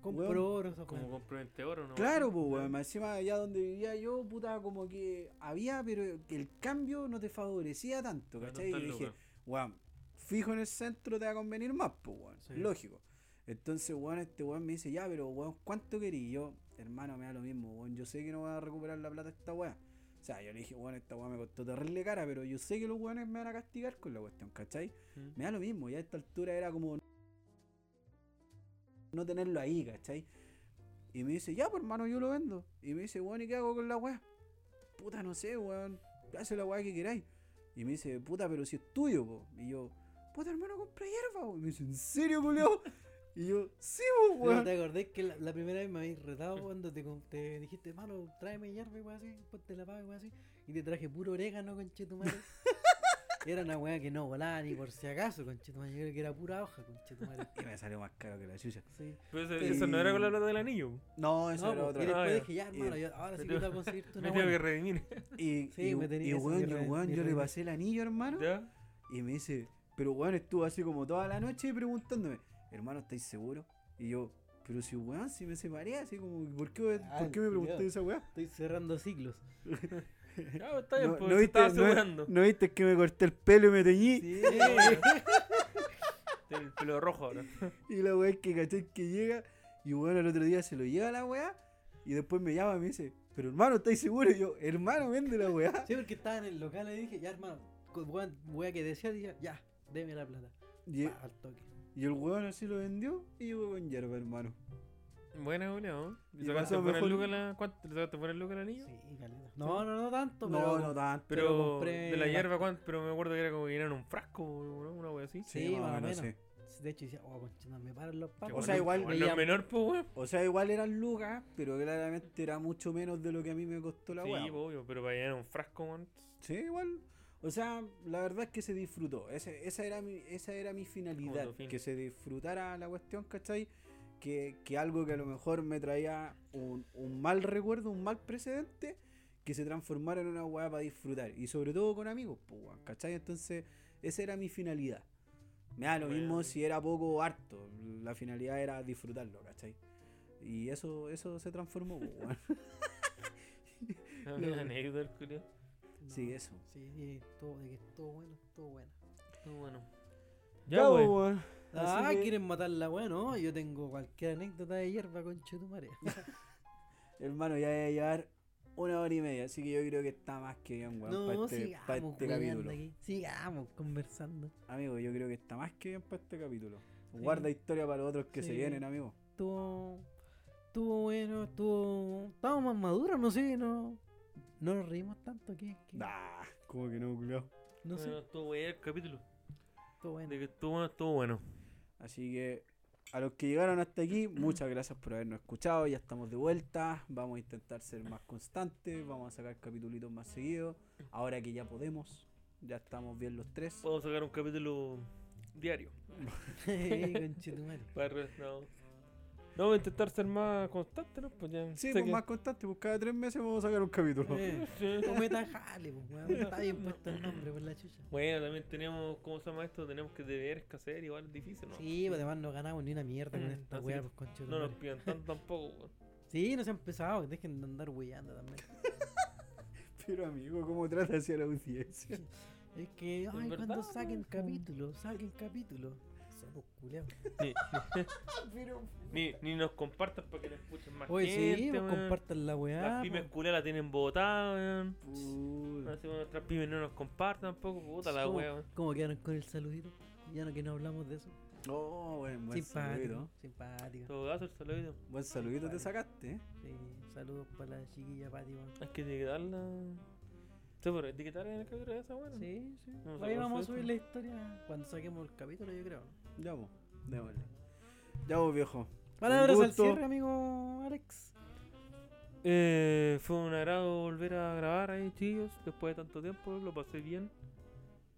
Compro
Weón.
oro, esa
Como
weá.
complemento oro, ¿no?
Claro, pues, weón. más Encima, allá donde vivía yo, puta, como que había, pero que el cambio no te favorecía tanto, ¿cachai? Y yo dije, weón, fijo en el centro te va a convenir más, pues, weón.
Sí.
Lógico. Entonces, weón, este weón me dice, ya, pero, weón, ¿cuánto querí? Y yo, hermano, me da lo mismo, weón. Yo sé que no voy a recuperar la plata de esta weá. O sea, yo le dije, weón, esta weá me costó terrible cara, pero yo sé que los weones me van a castigar con la cuestión, ¿cachai?
Mm.
Me da lo mismo, ya a esta altura era como no tenerlo ahí, ¿cachai? Y me dice, ya, pues hermano, yo lo vendo. Y me dice, weón, ¿y qué hago con la weá? Puta, no sé, weón. Hace la weá que queráis. Y me dice, puta, pero si es tuyo, po. Y yo, puta, hermano, compra hierba, po. Y me dice, ¿en serio, culeo? Y yo, sí, po,
Pero
weón.
te acordé que la, la primera vez me habéis retado cuando te, con- te dijiste, mano, tráeme hierba y weá así, ponte la paga y weá así, y te traje puro orégano, conchetumare. era una weá que no volaba ni por si acaso, conchetumare, yo creo que era pura hoja, conchetumare.
Y me salió más caro que la suya.
Sí.
Pero eso, eso no era con la plata del anillo.
No, eso
No,
era
po,
otra
y
Ah,
después
ya.
dije, ya, hermano,
Y-
yo ahora sí
me
que voy
tengo-
a conseguirte
(laughs) Me
una
tengo que
weá.
redimir.
Y,
Sí,
y-
me tenía-
y,
eso
weón,
me
yo,
re-
weón,
me
yo le
re-
pasé el anillo, hermano.
¿Ya?
Y me dice, pero weón, estuvo así como toda la noche preguntándome, hermano, ¿estáis seguro? Y yo, pero si weón, si me separé, así como, ¿por qué,
Ah,
¿por qué me
el culiao.
pregunté esa weá?
Estoy cerrando ciclos.
Ya, está bien,
no,
pues
no
se
viste,
estaba
no-
asegurando.
no viste que me corté el pelo y me teñí.
Sí,
Sí, weón. Tiene el pelo rojo ahora.
Y la weá es que caché que llega. Y bueno, el otro día se lo lleva la weá. Y después me llama y me dice, pero hermano, ¿estáis seguro? Y yo, hermano, vende la weá.
sí, porque estaba en el local y dije, ya, hermano, con weá, weá que decía, dije, ya, deme la plata. (laughs)
Y,
Pa, al toque.
y el weón así lo vendió y yo con hierba, hermano.
Buena, Julio.
Y
¿Y sacaste
pasó
buena
mejor-
lucas la... ¿Cuánto? ¿Le sacaste buena lucas el anillo?
Sí, caleta. No, no, no tanto, pero.
No, no tanto.
Pero,
Pero compré
de la
la-
hierba, ¿cuánto? Pero me acuerdo que era como que eran un frasco, ¿no? una wea así.
Sí, más o menos.
sí.
De hecho, decía, oh, concha, no me paran los
Que
pacos.
O sea,
bueno,
igual
bueno,
me
no es
llam-
menor, pues, weón.
O sea, igual eran lucas, pero claramente era mucho menos de lo que a mí me costó la
Sí,
weá.
pues, obvio, pero para llenar un frasco, weón.
Sí, igual. O sea, la verdad es que se disfrutó. Ese- esa, era mi, esa era mi finalidad.
Como tu fin.
Que se disfrutara la cuestión, ¿cachai? Que, que algo que a lo mejor me traía un, un mal recuerdo, un mal precedente, que se transformara en una weá para disfrutar. Y sobre todo con amigos, pues, weón, ¿cachai? Entonces, esa era mi finalidad. Me da lo
Bueno.
mismo si era poco o harto. La finalidad era disfrutarlo, ¿cachai? Y eso, eso se transformó, pues,
(laughs)
weón.
Una anécdota, el culiao.
Sí, eso.
Sí, sí, todo, de que estuvo bueno, estuvo bueno.
Muy bueno. Ya,
pues,
weón.
weón. Así
ah,
que-
quieren matarla, bueno, yo tengo cualquier anécdota de hierba, concha de tu madre.
Hermano, ya voy a llevar una hora y media, así que yo creo que está más que bien, weón,
(laughs)
para
No,
este, pa'
sigamos
este
hueveando
capítulo.
aquí. Sigamos conversando.
Amigo, yo creo que está más que bien para este capítulo. Guarda historia para los otros que se
Sí.
vienen, amigo.
Estuvo. Estuvo bueno, estuvo. Estábamos más maduros, no sé, no. No nos reímos tanto aquí.
Nah, como que no, culiao.
No sé,
Bueno, estuvo bueno el capítulo.
estuvo bueno. (laughs)
De que estuvo bueno, estuvo bueno.
Así que a los que llegaron hasta aquí, muchas gracias por habernos escuchado. Ya estamos de vuelta. Vamos a intentar ser más constantes. Vamos a sacar capítulos más seguidos. Ahora que ya podemos, ya estamos bien los tres.
Puedo sacar un capítulo diario.
Ey, concha de tu madre.
Para re- no. No, voy a intentar ser más constante, ¿no? Pues ya.
Sí,
sé
pues
que-
más constantes, pues cada tres meses vamos a sacar un capítulo.
Eh,
Sí.
Cometa Jale,
(laughs)
pues, weón. Está bien puesto el nombre por la chucha.
Bueno, también tenemos, ¿cómo se llama esto? Tenemos que deberes que hacer, igual es difícil, ¿no?
Sí, pues, además no ganamos ni una mierda con
Mm,
esta
así
weá,
que
pues concha de tu
No nos
madre.
pidan tanto tampoco, weón.
Sí, no se ha empezado, dejen de andar weyando también.
(laughs) Pero amigo, ¿cómo trata hacia la audiencia?
Es que, ay,
verdad,
cuando saquen
po.
capítulos, saquen capítulos. Son pues, culiao.
Ni, ni, ni nos compartan para que la escuchen más
Oye, sí,
gente,
pues,
weón.
compartan la weá.
Las pymes
pues.
culiadas la tienen botada, weón.
Puta.
Así que nuestras pymes no nos compartan tampoco, puta la
¿Cómo-
wea, weón.
¿Cómo quedaron con el saludito? Ya no que no hablamos de eso.
Oh, buen, buen
simpático,
saludito.
En
simpático.
Todo caso, el saludito.
Buen saludito te sacaste, ¿eh?
Sí, saludos para la chiquilla Pati, weón.
Hay que etiquetarla. ¿Se puede etiquetar en el capítulo de esa, weón?
Sí, sí.
Vamos a
Ahí
ver
vamos a
esto.
subir la historia cuando saquemos el capítulo, yo creo.
Ya vos, démosle. Ya vos, viejo.
Palabras al
gusto.
cierre, amigo Alex.
Eh, fue un agrado volver a grabar ahí, chicos. Después de tanto tiempo, lo pasé bien.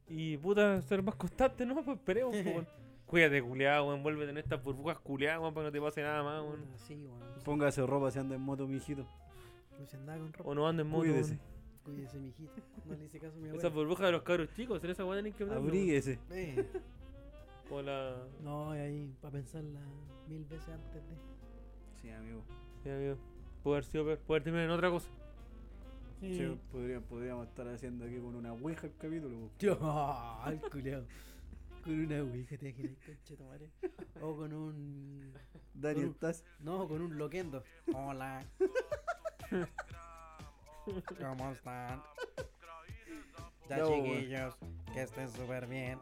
Y puta, ser más constante, ¿no? (laughs) Pues esperemos, po,
(laughs)
weón. Cuídate, culiado, weón. Vuelve en estas burbujas culiadas, weón, para que no te pase nada más, weón.
Puta, Sí, weón.
Póngase ropa si anda en moto, mijito.
Luis andaba con ropa.
O no anden moto,
Cuídese.
weón.
Cuídese, mijito. No le hice caso a mi
Esas
abuela.
burbujas de los cabros chicos, en esa weá tienen que hablar, weón.
Abríguese.
Eh,
O la.
No, y ahí, para pensarla mil veces antes de.
Sí, amigo.
Ya, amigo. Puede haber sido peor, puede haber terminado en otra cosa.
Che, podría- podríamos estar haciendo aquí con una ouija el capítulo. po.
Yo, al culiao. Con una ouija te imaginas, conche tu madre. O con un.
Dani,
Con-
¿estás?
No, con un loquendo. Hola.
¿Cómo están? Ya,
Ya, weón.
chiquillos, que estén súper bien.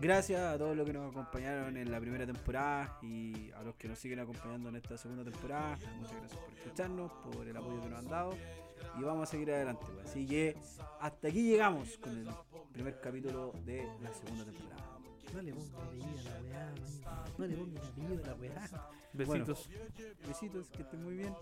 Gracias a todos los que nos acompañaron en la primera temporada y a los que nos siguen acompañando en esta segunda temporada. Muchas gracias por escucharnos, por el apoyo que nos han dado y vamos a seguir adelante. pues. Así que hasta aquí llegamos con el primer capítulo de la segunda temporada.
No le ponga apellido a la weá, amigo. No le ponga apellido a la weá.
Bueno.
Besitos.
Besitos, que estén muy bien.